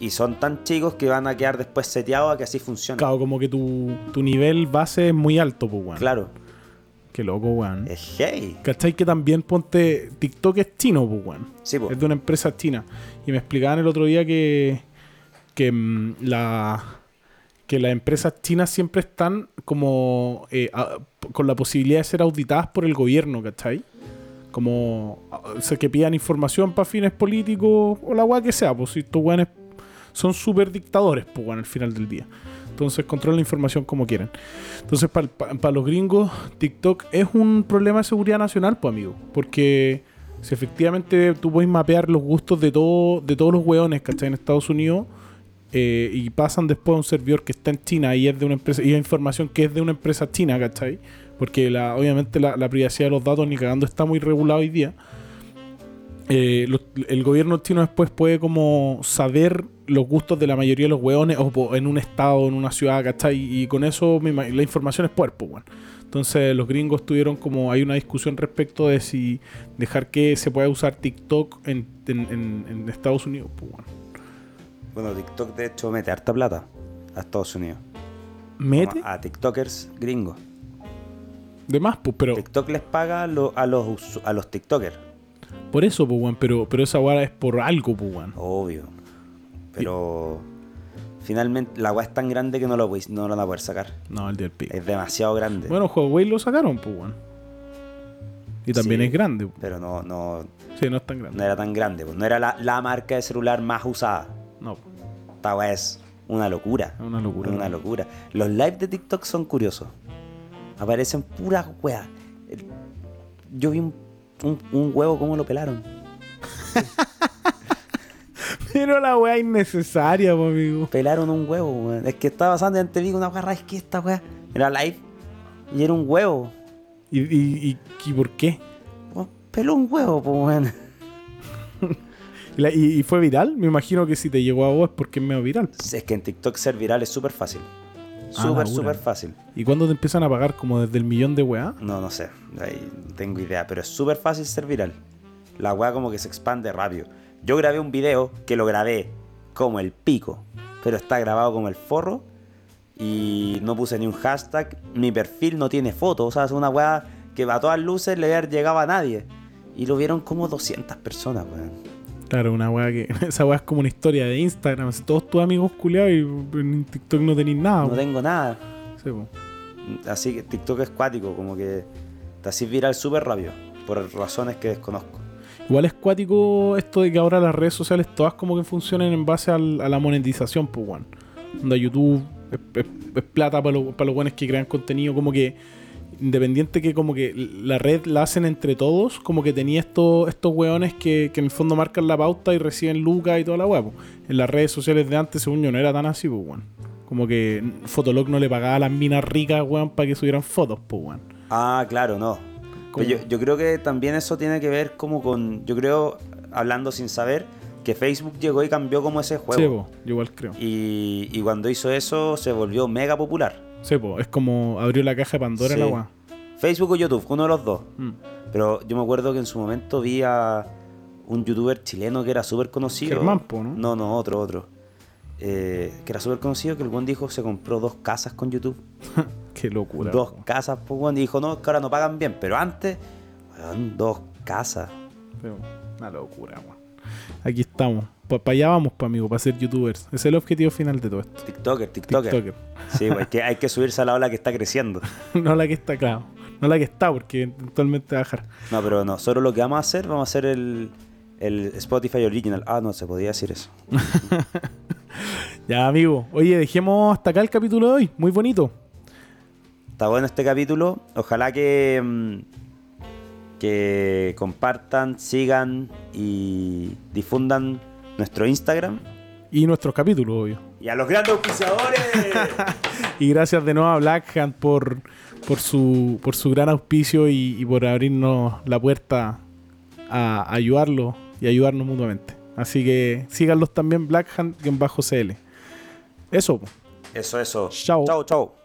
S3: y son tan chicos que van a quedar después seteados a que así funcione.
S2: Claro, como que tu, tu nivel base es muy alto, pues, weón.
S3: Claro, Eh.
S2: Qué loco, weón.
S3: es hey.
S2: ¿Cachai? Que también ponte. TikTok es chino, pues, weón.
S3: Sí, po.
S2: Es de una empresa china. Y me explicaban el otro día que. que mm, la. que las empresas chinas siempre están como. eh, a- con la posibilidad de ser auditadas por el gobierno, ¿cachai? Como. O sea, que pidan información para fines políticos o la weá que sea, pues si estos weones son súper dictadores, pues weón, al final del día. Entonces controlan la información como quieren. Entonces, para los gringos, TikTok es un problema de seguridad nacional, pues, amigo. Porque si efectivamente tú puedes mapear los gustos de, todo, de todos los hueones, ¿cachai? En Estados Unidos eh, y pasan después a un servidor que está en China y es de una empresa, y hay información que es de una empresa china, ¿cachai? Porque la, obviamente la, la privacidad de los datos ni cagando está muy regulada hoy día. Eh, los- el gobierno chino después puede como saber los gustos de la mayoría de los hueones o po- en un estado, en una ciudad, ¿cachai? Y con eso me ima- la información es poder, pues, weón. Entonces los gringos tuvieron como, hay una discusión respecto de si dejar que se pueda usar TikTok en, en- en- en Estados Unidos, pues, weón.
S3: Bueno, TikTok de hecho mete harta plata a Estados Unidos.
S2: ¿Mete?
S3: Como A TikTokers gringos.
S2: De más, pues, pero
S3: TikTok les paga lo- a, los, usu- a los TikTokers,
S2: por eso, pues, weón, pero, pero esa weá es por algo, pues, weón.
S3: obvio. Pero finalmente la weá es tan grande que no lo, podéis- no lo van a poder sacar.
S2: No, el día del pico.
S3: Es demasiado grande.
S2: Bueno, Huawei lo sacaron, pues, weón. Y también
S3: Sí.
S2: es grande, pues.
S3: Pero no, no,
S2: Sí, no es tan
S3: no
S2: grande.
S3: era tan grande. pues, No era la, la marca de celular más usada.
S2: No, pues,
S3: Esta weá es una locura.
S2: es una locura.
S3: Una
S2: weón.
S3: locura. Los lives de TikTok son curiosos. Aparecen puras weas. El- Yo vi un, un- un huevo cómo lo pelaron.
S2: Pero la weá innecesaria, po, amigo.
S3: Pelaron un huevo, weón. Es que estaba pasando y antes vi una barra es que esta wea era live y era un huevo.
S2: ¿Y, y, y, y por qué?
S3: Weón, Peló un huevo, pues weón. (laughs)
S2: ¿Y, la- y- y fue viral? Me imagino que si te llegó a vos es porque es medio viral.
S3: Es que en TikTok ser viral es súper fácil.
S2: Ah,
S3: Súper,
S2: la dura.
S3: súper fácil.
S2: ¿Y cuándo te empiezan a pagar? ¿Como desde el millón de weá?
S3: No, no sé, ahí no tengo idea, pero es súper fácil ser viral. La weá como que se expande rápido. Yo grabé un video que lo grabé como el pico, pero está grabado como el forro y no puse ni un hashtag, mi perfil no tiene foto, o sea, es una weá que a todas luces le llegaba a nadie. Y lo vieron como 200 personas, weón.
S2: Claro, una weá que... (laughs) Esa weá es como una historia de Instagram. así, Todos tus amigos culiados y en TikTok no tenéis nada.
S3: No
S2: po.
S3: tengo nada.
S2: Sí, po.
S3: Así que TikTok es cuático, como que te haces viral súper rápido, por razones que desconozco.
S2: Igual es cuático esto de que ahora las redes sociales todas como que funcionen en base al- a la monetización, pues, weón. Onda YouTube es, es- es plata para los buenos que crean contenido, como que independiente que como que la red la hacen entre todos, como que tenía estos, estos weones que, que en el fondo marcan la pauta y reciben lucas y toda la weá, po. En las redes sociales de antes, según yo, no era tan así, pues, weón. Como que Fotolog no le pagaba a las minas ricas, weón, para que subieran fotos, pues, weón.
S3: Ah, claro, no.
S2: ¿Cómo?
S3: Yo, yo creo que también eso tiene que ver como con, yo creo, hablando sin saber, que Facebook llegó y cambió como ese
S2: Sí,
S3: juego.
S2: po, yo igual creo.
S3: y, y cuando hizo eso se volvió mega popular.
S2: Sí, po, es como abrió la caja de Pandora
S3: Sí.
S2: la weá.
S3: Facebook o YouTube, uno de los dos.
S2: Mm.
S3: Pero yo me acuerdo que en su momento vi a un youtuber chileno que era súper conocido.
S2: Germán, po, ¿no?
S3: No, no, otro, otro. Eh, que era súper conocido que el buen dijo se compró dos casas con YouTube.
S2: (laughs) Qué locura.
S3: dos
S2: po.
S3: casas, pues, weón, y dijo, no, que ahora no pagan bien, pero antes, weón, dos casas.
S2: Pero, Una locura, weón. Aquí estamos. Para allá vamos, pa, amigo, para ser youtubers. Ese es el objetivo final de todo esto.
S3: TikToker, TikToker.
S2: TikToker. (laughs)
S3: Sí, güey, que hay que subirse a la ola que está creciendo.
S2: no la que está, claro. No la que está, porque eventualmente va a bajar.
S3: No, pero nosotros lo que vamos a hacer, vamos a hacer el, el Spotify Original. Ah, no, se podía decir eso.
S2: Ya, amigo. Oye, dejemos hasta acá el capítulo de hoy. Muy bonito.
S3: Está bueno este capítulo. Ojalá que, mm, que compartan, sigan y difundan nuestro Instagram.
S2: Y nuestros capítulos, obvio.
S3: Y a los
S2: (laughs)
S3: grandes auspiciadores.
S2: Y gracias de nuevo a Black Hand por, por, su, por su gran auspicio y, y por abrirnos la puerta a ayudarlo y ayudarnos mutuamente. Así que síganlos también, blackhand-cl. Eso, po.
S3: Eso, eso.
S2: Chao.
S3: Chao, chao.